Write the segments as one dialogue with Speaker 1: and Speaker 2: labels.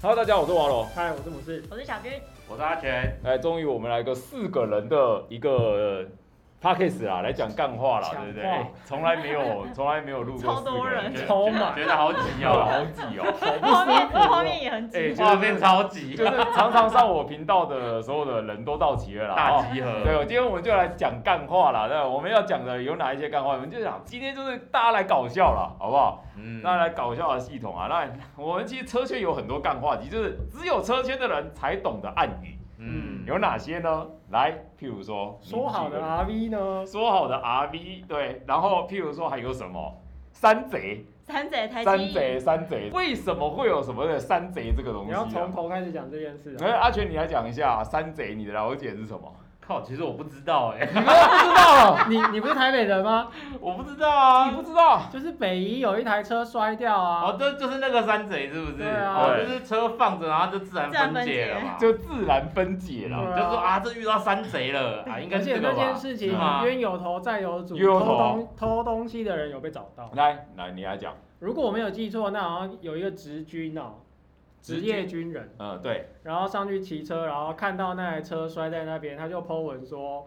Speaker 1: Hello，大家好，我是王龙。
Speaker 2: 嗨，我是母士，
Speaker 3: 我是小军，
Speaker 4: 我是阿全，
Speaker 1: 哎，终于我们来个四个人的一个 p a c k a g e 啦，来讲干话啦，
Speaker 2: 讲话
Speaker 1: 对不对？从来没有，从来没有录过
Speaker 3: 超
Speaker 1: 四
Speaker 3: 多
Speaker 1: 个
Speaker 3: 人
Speaker 1: 觉得
Speaker 2: 超满
Speaker 4: 觉得好挤哦，
Speaker 1: 好挤哦。
Speaker 3: 后面后面也很
Speaker 1: 哎
Speaker 3: 紧，
Speaker 1: 就是
Speaker 4: 画面超挤
Speaker 1: 就，是常常上我频道的所有的人都到齐了啦。
Speaker 4: 大
Speaker 1: 哦
Speaker 4: 集合。
Speaker 1: 对，今天我们就来讲干话啦。那我们要讲的有哪一些干话？我们就讲今天就是大家来搞笑啦，好不好？
Speaker 4: 嗯
Speaker 1: 那来搞笑的系统啊，那我们其实车圈有很多干话题，就是只有车圈的人才懂的暗语，
Speaker 4: 嗯，
Speaker 1: 有哪些呢？来，譬如说，
Speaker 2: 说好的
Speaker 1: 啊。
Speaker 2: RV 呢？
Speaker 1: 说好的 RV 对，然后譬如说还有什么山贼、
Speaker 3: 三贼台
Speaker 1: 山
Speaker 3: 积，
Speaker 1: 贼、山贼，为什么会有什么的山贼这个东
Speaker 2: 你
Speaker 1: 西、
Speaker 2: 要
Speaker 1: 啊？
Speaker 2: 从头开始讲这件事
Speaker 1: 哎，
Speaker 2: 啊。
Speaker 1: 阿全，你来讲一下山贼，你的了解是什么？
Speaker 4: 靠，其实我不知道哎，
Speaker 2: 你不是不知道？你你不是台北人吗？
Speaker 4: 我不知道
Speaker 1: 你
Speaker 4: 啊
Speaker 1: 不。知道？
Speaker 2: 就是北宜有一台车摔掉
Speaker 4: 哦，
Speaker 2: 啊，
Speaker 4: 这就是那个山贼是不是？
Speaker 2: 对啊
Speaker 4: 哦，就是车放着，然后就自然分解了嘛。
Speaker 1: 就自然分解
Speaker 4: 对啊
Speaker 1: 了。
Speaker 4: 就说啊，这遇到山贼了啊，应该
Speaker 2: 而
Speaker 4: 是
Speaker 2: 且
Speaker 4: 这
Speaker 2: 那
Speaker 4: 个
Speaker 2: 件
Speaker 4: 吧？
Speaker 2: 事情
Speaker 4: 是吗
Speaker 2: 冤有头债有主，
Speaker 1: 冤有
Speaker 2: 偷
Speaker 1: 头
Speaker 2: 东偷东西的人有被找到。
Speaker 1: 来来，你来讲。
Speaker 2: 如果我没有记错，那好像有一个职军哦，
Speaker 1: 职
Speaker 2: 职业军人，
Speaker 1: 嗯，对，
Speaker 2: 然后上去骑车，然后看到那台车摔在那边，他就 Po 文说，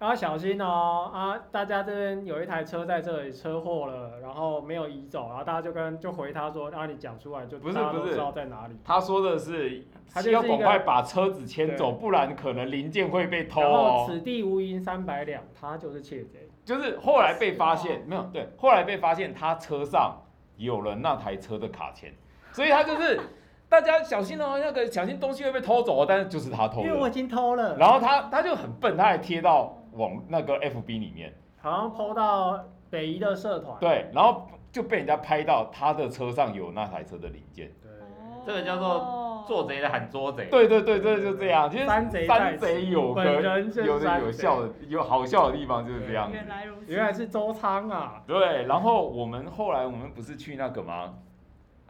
Speaker 2: 要小心哦啊！大家这边有一台车在这里车祸了，然后没有移走，然后大家就跟就回他说，啊你讲出来就
Speaker 1: 不是
Speaker 2: 大家都
Speaker 1: 不是
Speaker 2: 知道在哪里。
Speaker 1: 他说的是
Speaker 2: 他就是一
Speaker 1: 要
Speaker 2: 个
Speaker 1: 赶快把车子牵走，
Speaker 2: 对
Speaker 1: 不然可能零件会被偷
Speaker 2: 然后
Speaker 1: 哦。
Speaker 2: 此地无银三百两，他就是窃贼。
Speaker 1: 就是后来被发
Speaker 2: 哦
Speaker 1: 现没有？对，后来被发现他车上有了那台车的卡钳，所以他就是 大家小心哦，那个小心东西会被偷走哦，但是就是他偷
Speaker 2: 因为我
Speaker 1: 的。
Speaker 2: 已经偷了，
Speaker 1: 然后他他就很笨，他还贴到网那个 FB 里面，
Speaker 2: 好像 Po 到北宜的社团。
Speaker 1: 对，然后就被人家拍到他的车上有那台车的零件。
Speaker 2: 对，
Speaker 3: 哦
Speaker 4: 这个叫做做贼的喊捉贼。
Speaker 1: 对对对对，就这样。其实
Speaker 2: 山贼在
Speaker 1: 山
Speaker 2: 此
Speaker 1: 贼有个
Speaker 2: 本人就是
Speaker 1: 有
Speaker 2: 山
Speaker 1: 的
Speaker 2: 贼
Speaker 1: 有笑的有好笑的地方就是这样子。
Speaker 3: 原来如此，
Speaker 2: 原来是周仓啊，
Speaker 1: 对，然后我们后来我们不是去那个吗？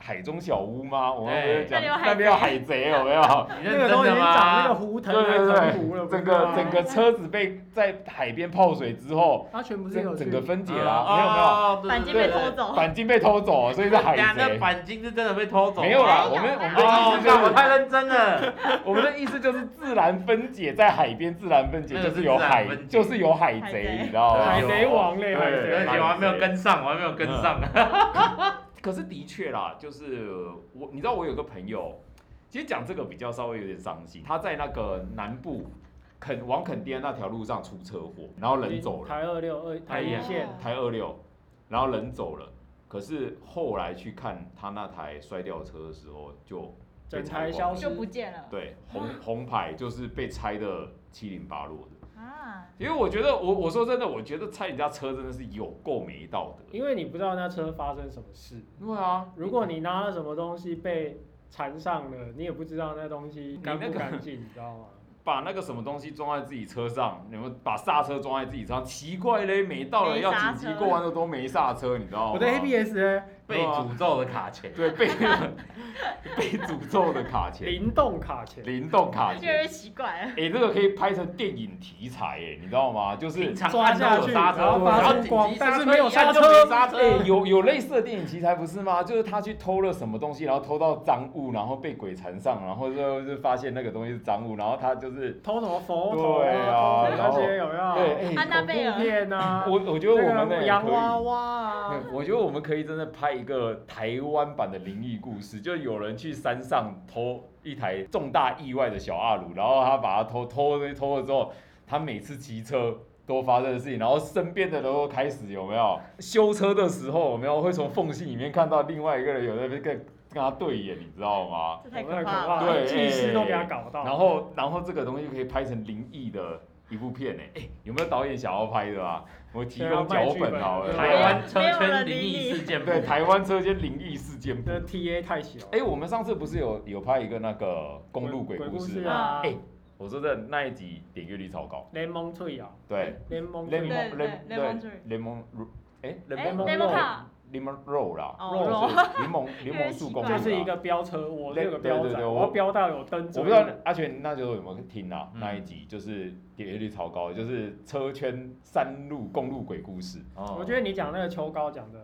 Speaker 1: 海中小屋
Speaker 4: 哎
Speaker 1: 吗？我们不是
Speaker 4: 对
Speaker 1: 讲
Speaker 3: 那里有海
Speaker 1: 那边有海贼啊有没有？
Speaker 4: 你
Speaker 2: 那
Speaker 4: 认
Speaker 2: 个
Speaker 4: 真
Speaker 2: 都已
Speaker 4: 的
Speaker 2: 经长那个
Speaker 4: 吗？
Speaker 2: 胡
Speaker 1: 对
Speaker 2: 藤还
Speaker 1: 对
Speaker 2: 藤壶了，
Speaker 1: 对，整
Speaker 2: 不啊是
Speaker 1: 个
Speaker 4: 啊
Speaker 2: 吗
Speaker 1: 整个车子被在海边泡水之后，
Speaker 2: 他全部是有
Speaker 1: 整
Speaker 2: 去
Speaker 1: 整个分解
Speaker 4: 啊
Speaker 1: 啦，
Speaker 4: 哦对
Speaker 3: 板
Speaker 4: 对
Speaker 3: 金
Speaker 4: 对
Speaker 3: 被
Speaker 4: 对
Speaker 3: 偷走，
Speaker 1: 板金被偷走，所以是海
Speaker 4: 等一下那
Speaker 1: 贼。
Speaker 4: 钣金是真的被偷走？
Speaker 1: 没有啦，
Speaker 3: 没有
Speaker 1: 我们我们
Speaker 4: 哦，
Speaker 1: 的意思
Speaker 4: 干我
Speaker 1: 就是
Speaker 4: 太认真了。
Speaker 1: 我们的意思就是自然分解，在海边自然分解
Speaker 4: 那个
Speaker 1: 就是是有海
Speaker 4: 自然分解
Speaker 1: 就是有海
Speaker 3: 海
Speaker 1: 贼
Speaker 3: 贼，
Speaker 1: 你知道吗
Speaker 2: 海？贼王嘞，
Speaker 1: 对
Speaker 2: 海
Speaker 1: 对
Speaker 2: 贼
Speaker 4: 而
Speaker 2: 王
Speaker 4: 且我还没有跟上，我还没有跟上。
Speaker 1: 可是的确啦，就是呃我，你知道我有个朋友，其实讲这个比较稍微有点伤心。他在那个南部垦往垦丁的那条路上出车祸，然后人走了，
Speaker 2: 台二六二台一线，
Speaker 3: 哎呀
Speaker 1: 台二六，然后人走了。可是后来去看他那台摔掉的车的时候，就被
Speaker 2: 整
Speaker 1: 拆光
Speaker 2: 台消
Speaker 1: 了
Speaker 2: 失
Speaker 3: 就。不见了
Speaker 1: 对红红牌就是被拆的七零八落的。
Speaker 3: 啊，
Speaker 1: 因为我觉得我我说真的，我觉得拆人家车真的是有够没道德。
Speaker 2: 因为你不知道那车发生什么事。
Speaker 1: 对啊，
Speaker 2: 如果你拿了什么东西被缠上了，你也不知道那东西干
Speaker 1: 你
Speaker 2: 不
Speaker 1: 那个
Speaker 2: 干净，你 知道吗？
Speaker 1: 把那个什么东西装在自己车上，你们把刹车装在自己车上，奇怪嘞，每到了要紧急过弯的都没刹车，你知道吗？
Speaker 2: 我的 ABS 呢
Speaker 4: 被诅咒的卡钳，
Speaker 1: 对被 被诅咒的卡 钳，
Speaker 2: 灵动卡钳，
Speaker 1: 灵动卡
Speaker 3: 越来
Speaker 1: 钳
Speaker 3: 越，奇怪了，
Speaker 1: 哎、这个可以拍成电影题材，哎，你知道吗？就是
Speaker 4: 平。常
Speaker 2: 抓下去
Speaker 4: 按到有刹车，
Speaker 2: 然后发出
Speaker 4: 紧急
Speaker 2: 光但是
Speaker 4: 车
Speaker 2: 没有
Speaker 4: 一按
Speaker 2: 刹
Speaker 4: 就
Speaker 2: 车嗯
Speaker 4: 没刹
Speaker 1: 哎、
Speaker 4: 车。
Speaker 1: 有有类似的电影题材不是吗？就是他去偷了什么东西，然后偷到赃物，然后被鬼缠上，然后就是发现那个东西是赃物，然后他就是
Speaker 2: 偷什么佛头
Speaker 1: 对啊
Speaker 2: 啊，偷那些有没
Speaker 1: 对，
Speaker 2: 有？
Speaker 1: 哎、
Speaker 3: 安娜
Speaker 2: 恐
Speaker 3: 贝
Speaker 2: 怖
Speaker 3: 尔，
Speaker 2: 片啊，
Speaker 1: 我我觉得我们
Speaker 2: 那
Speaker 1: 呢
Speaker 2: 个洋
Speaker 1: 可以
Speaker 2: 娃娃啊，
Speaker 1: 我觉得我们可以真的拍一个台湾版的灵异故事，就有人去山上偷一台重大意外的小阿鲁，然后他把它偷偷了偷了之后，他每次骑车都发生的事情，然后身边的人都开始有没有 修车的时候有没有会从缝隙里面看到另外一个人有在跟跟他对眼，你知道吗？
Speaker 3: 这
Speaker 2: 我
Speaker 3: 太
Speaker 2: 们很
Speaker 3: 可
Speaker 2: 可
Speaker 3: 怕
Speaker 2: 怕，
Speaker 3: 了，
Speaker 1: 对哎
Speaker 2: 技师都给他搞到。
Speaker 1: 然后然后这个东西可以拍成灵异的一部片呢、哎、有没有导演想要拍的啊？我提供脚本好了，
Speaker 2: 对啊卖剧本
Speaker 4: 台湾车圈灵异事件簿
Speaker 1: 对台湾车间灵异事件簿
Speaker 2: 这。TA 太小了，
Speaker 1: 哎、我们上次不是有有拍一个那个公路鬼故事吗？
Speaker 2: 啊
Speaker 1: 哎、，我说的那一集点阅率超高，
Speaker 2: 联盟翠啊，
Speaker 1: 对，
Speaker 2: 联盟啊
Speaker 1: 柠
Speaker 2: 翠
Speaker 1: 檬
Speaker 3: 对
Speaker 1: 柠
Speaker 3: 对
Speaker 1: 对
Speaker 3: 柠檬汁
Speaker 1: 柠檬乳，哎，柠
Speaker 3: 哎
Speaker 1: 檬
Speaker 3: 柠檬卡
Speaker 1: 柠檬肉啦，
Speaker 3: 哦
Speaker 1: 肉
Speaker 3: 肉
Speaker 1: 是柠檬柠檬树公路
Speaker 2: 就
Speaker 1: 啦
Speaker 2: 是一。个飙车，我这个标
Speaker 1: 啊对对对
Speaker 2: 仔，
Speaker 1: 对我
Speaker 2: 我要飙到有灯
Speaker 1: 我
Speaker 2: 追。
Speaker 1: 不知道阿全那时候有没有听啊？
Speaker 4: 嗯
Speaker 1: 那一集就是点阅率超高，就是车圈山路公路鬼故事。
Speaker 2: 哦我觉得你讲那个秋高讲的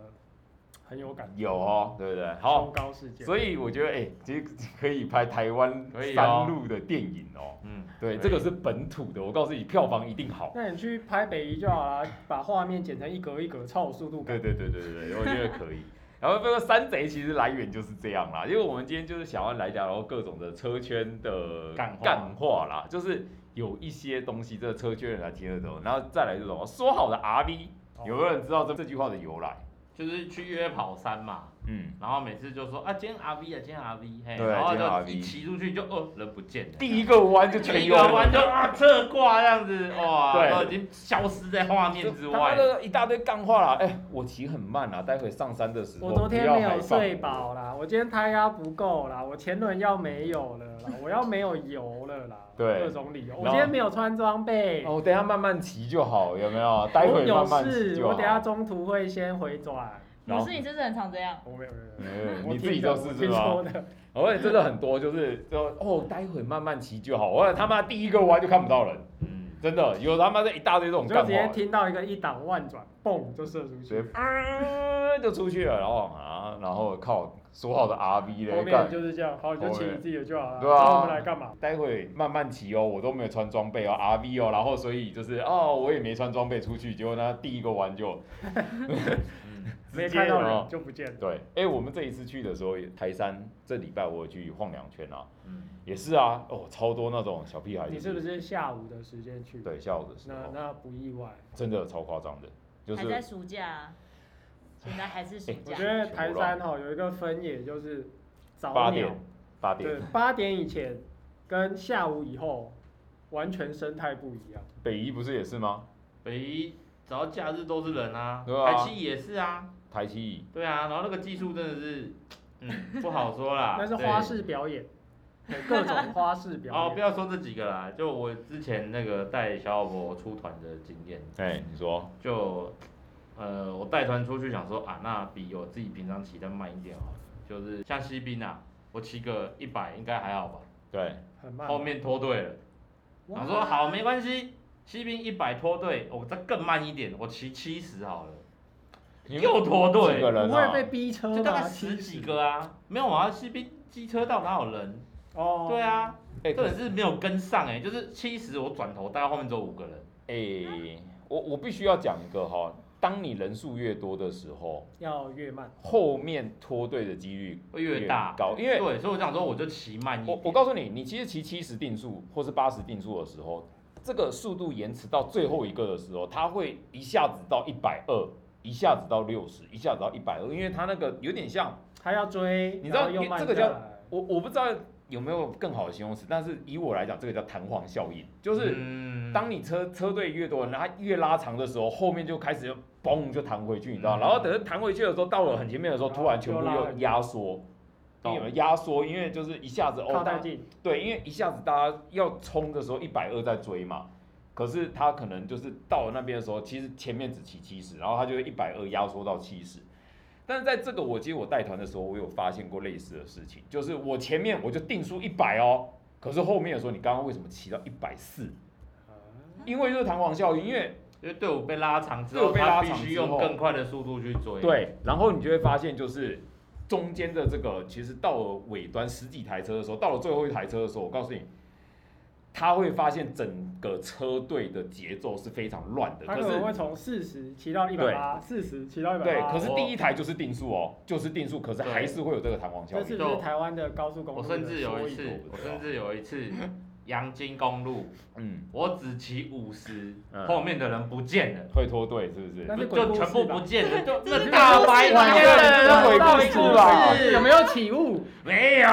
Speaker 2: 很有感觉。
Speaker 1: 有哦，对不对？
Speaker 2: 冲
Speaker 1: 好，
Speaker 2: 高事件，
Speaker 1: 所以我觉得哎、其实可以拍台湾
Speaker 4: 可以哦
Speaker 1: 山路的电影哦。
Speaker 4: 嗯，
Speaker 1: 对，
Speaker 4: 可以
Speaker 1: 这个是本土的，我告诉你，票房一定好。
Speaker 2: 那你去拍北移就好啦，把画面剪成一格一格，超有速度感。
Speaker 1: 对对对对对，对我觉得可 以。然后这个山贼其实来源就是这样啦，因为我们今天就是想要来讲，然后各种的车圈的
Speaker 4: 干话
Speaker 1: 话啦，就是有一些东西这个车圈人来听得懂，然后再来这种说好的 RV，有
Speaker 2: 哦
Speaker 4: 哦
Speaker 1: 没有人知道这这句话的由来？
Speaker 4: 就是去约跑山嘛，
Speaker 1: 嗯，
Speaker 4: 然后每次就说啊，今天 RV 啊，今天 RV，嘿，
Speaker 1: 对
Speaker 4: 然
Speaker 1: 今天
Speaker 4: 后
Speaker 1: RV
Speaker 4: 就一骑出去就哦，人不见了。
Speaker 1: 第一个弯就全
Speaker 4: 一
Speaker 1: 有
Speaker 4: 个弯就啊侧挂这样子，哇，
Speaker 1: 对
Speaker 4: 都已经消失在画面之
Speaker 1: 他妈
Speaker 4: 外。
Speaker 1: 的一大堆干话啦！哎、我骑很慢啊，待会上山的时候
Speaker 2: 我昨天没有睡。
Speaker 1: 不要海放
Speaker 2: 饱啦，我今天胎压不够啦，我前轮要没有了啦，我要没有油了啦，
Speaker 1: 对
Speaker 2: 各种理由。
Speaker 1: 然
Speaker 2: 我
Speaker 1: 后
Speaker 2: 今天没有穿装备，
Speaker 1: 哦，我等一下慢慢骑就好，有没有？待
Speaker 2: 我
Speaker 1: 会
Speaker 2: 有
Speaker 1: 慢慢骑
Speaker 2: 事，
Speaker 1: 就好。
Speaker 2: 我等下中途会先回转。哦
Speaker 1: 然
Speaker 3: 不
Speaker 1: 后
Speaker 3: 是你是不是很常这样？
Speaker 2: 我没有，没有没有
Speaker 1: 嗯
Speaker 2: 我
Speaker 1: 你自己
Speaker 2: 听的
Speaker 1: 就是
Speaker 2: 我
Speaker 1: 是
Speaker 2: 听
Speaker 1: 吧
Speaker 2: 说的，
Speaker 1: 而哎且真的很多，就是就哦，待会慢慢骑就好。我他妈第一个弯就看不到人，
Speaker 4: 嗯，
Speaker 1: 真的有他妈的一大堆这种
Speaker 2: 你
Speaker 1: 干
Speaker 2: 就
Speaker 1: 话
Speaker 2: 直接，听到一个一档万转，嘣就射出
Speaker 1: 直
Speaker 2: 去
Speaker 1: 接，啊就出去了，然后啊，然后靠说好的 RV
Speaker 2: 后
Speaker 1: 嘞，
Speaker 2: 面
Speaker 1: 干，
Speaker 2: 就是这样，好，你就
Speaker 1: 后
Speaker 2: 骑
Speaker 1: 面
Speaker 2: 你自己的就好了。
Speaker 1: 对啊
Speaker 2: 找我们来干嘛？
Speaker 1: 待会慢慢骑哦，我都没有穿装备哦，RV 哦，然后所以就是哦，我也没穿装备出去，结果呢第一个弯就
Speaker 4: 嗯
Speaker 2: 没
Speaker 1: 直接
Speaker 2: 看到
Speaker 1: 哦
Speaker 2: 人就不见了。
Speaker 1: 对，哎、我们这一次去的时候，台山这礼拜我有去晃两圈啊，
Speaker 4: 嗯，
Speaker 1: 也是啊，哦，超多那种小屁孩，
Speaker 2: 你是不是下午的时间去？，
Speaker 1: 啊对下午的时
Speaker 2: 那
Speaker 1: 候，
Speaker 2: 那不意外。
Speaker 1: 真的超夸张的，就
Speaker 3: 还
Speaker 1: 是哎
Speaker 3: 在暑假啊，现在还是暑
Speaker 2: 我
Speaker 3: 假
Speaker 2: 觉。得台山哈有一个分野就是早
Speaker 1: 八
Speaker 2: 鸟
Speaker 1: 点，，八
Speaker 2: 对
Speaker 1: 点，，
Speaker 2: 八点以前跟下午以后完全生态不一样。
Speaker 1: 北宜不是也是吗？
Speaker 4: 北一只要假日都是人啊，
Speaker 1: 对啊
Speaker 4: 台七也是啊，
Speaker 1: 台七乙，
Speaker 4: 对啊，然后那个技术真的是，嗯，不好说
Speaker 1: 啊
Speaker 4: 啦。
Speaker 2: 那是
Speaker 4: 对
Speaker 2: 花式表演，对各种花式
Speaker 4: 哦，
Speaker 2: 表
Speaker 4: 不
Speaker 2: 演。
Speaker 4: 要说这几个啦，就我之前那个带小老婆出团的经验，
Speaker 1: 哎，你说，
Speaker 4: 就呃，我带团出去想说啊，那比我自己平常骑的慢一点好了，就是像西滨啊，我骑个一百应该还好吧，
Speaker 1: 对，
Speaker 2: 很慢。
Speaker 4: 后面脱队了，
Speaker 3: 哇
Speaker 4: 我说好没关系，西滨一百脱队，我再更慢一点，我骑七十好了，
Speaker 1: 你
Speaker 4: 又脱队
Speaker 1: 几个，人
Speaker 2: 不会
Speaker 1: 啊？
Speaker 2: 被逼车吧？
Speaker 4: 就大概十几个啊，没有啊，西滨机车道哪有人？
Speaker 2: 哦，
Speaker 4: 对，啊，
Speaker 1: 哎，
Speaker 4: 这
Speaker 1: 可
Speaker 4: 人
Speaker 1: 是
Speaker 4: 是没有跟上哎、就是七十我转头，大概后面只有五个人。
Speaker 1: 哎，我我必须要讲一个哈，当你人数越多的时候，
Speaker 2: 要越慢。
Speaker 1: 后面脱队的几率
Speaker 4: 会越大
Speaker 1: 高，因为
Speaker 4: 对，所以我想说我就骑慢一
Speaker 1: 我
Speaker 4: 点。
Speaker 1: 我告诉你，你其实骑七十定速或是八十定速的时候，这个速度延迟到最后一个的时候，它会一下子到一百二，一下子到六十，一下子到一百二，因为它那个有点像。
Speaker 2: 他要追，
Speaker 1: 你知道
Speaker 2: 然后又慢
Speaker 1: 这个
Speaker 2: 下
Speaker 1: 叫
Speaker 2: 来
Speaker 1: 我我不知道有没有更好的形容词，但是以我来讲，这个叫弹簧效应，就是
Speaker 4: 嗯
Speaker 1: 当你车车队越多人，它越拉长的时候，后面就开始就嘣就弹回去，你知道吗？
Speaker 4: 嗯
Speaker 1: 然后等它弹回去的时候，到了很前面的时候，突然全部
Speaker 2: 又拉
Speaker 1: 又
Speaker 2: 回去
Speaker 1: 压缩，因
Speaker 4: 懂
Speaker 1: 为有压缩，因为就是一下子
Speaker 2: 靠
Speaker 1: 哦，
Speaker 2: 太
Speaker 1: 大
Speaker 2: 近，
Speaker 1: 对，因为一下子大家要冲的时候，一百二在追嘛。可是他可能就是到了那边的时候，其实前面只骑七十，然后他就一百二压缩到七十。但是在这个我其实我带团的时候，我有发现过类似的事情，就是我前面我就定数一百哦，可是后面有时候你刚刚为什么骑到一百四？因为就是弹簧效应，因为
Speaker 4: 因为队伍被拉长之
Speaker 1: 队
Speaker 4: 后，
Speaker 1: 伍被
Speaker 4: 他
Speaker 1: 拉
Speaker 4: 必
Speaker 1: 长
Speaker 4: 须
Speaker 1: 之后
Speaker 4: 用更快的速度去追。，
Speaker 1: 对，然后你就会发现就是中间的这个，其实到了尾端十几台车的时候，到了最后一台车的时候，我告诉你，他会发现整个车队的节奏是非常乱的。
Speaker 2: 他
Speaker 1: 可
Speaker 2: 可能
Speaker 1: 是
Speaker 2: 会从四十骑到一百八，四十骑到一百
Speaker 1: 对，
Speaker 2: 八。
Speaker 1: 可是第一台就是定速哦，就是定速，可是
Speaker 4: 对
Speaker 1: 还是会有这个弹簧效
Speaker 2: 这
Speaker 1: 应。
Speaker 2: 是不是台湾的高速公路
Speaker 4: 我
Speaker 2: 的
Speaker 4: 甚至有
Speaker 2: 缩
Speaker 4: 一
Speaker 2: 影
Speaker 4: 次
Speaker 1: 我，不
Speaker 4: 我
Speaker 1: 知道
Speaker 4: 甚至有一次，阳金公路，
Speaker 1: 嗯，
Speaker 4: 我只骑五十，
Speaker 1: 嗯
Speaker 4: 后面的人不见了，
Speaker 1: 会脱队是不是
Speaker 2: 那？是鬼
Speaker 4: 就
Speaker 2: 故事
Speaker 4: 全部
Speaker 2: 吧
Speaker 4: 不见 了，就
Speaker 3: 这是
Speaker 4: 那大白天的
Speaker 1: 鬼
Speaker 4: 到
Speaker 1: 故
Speaker 4: 底
Speaker 1: 事吧
Speaker 4: 是
Speaker 2: 啊有没有起雾？
Speaker 4: 没有？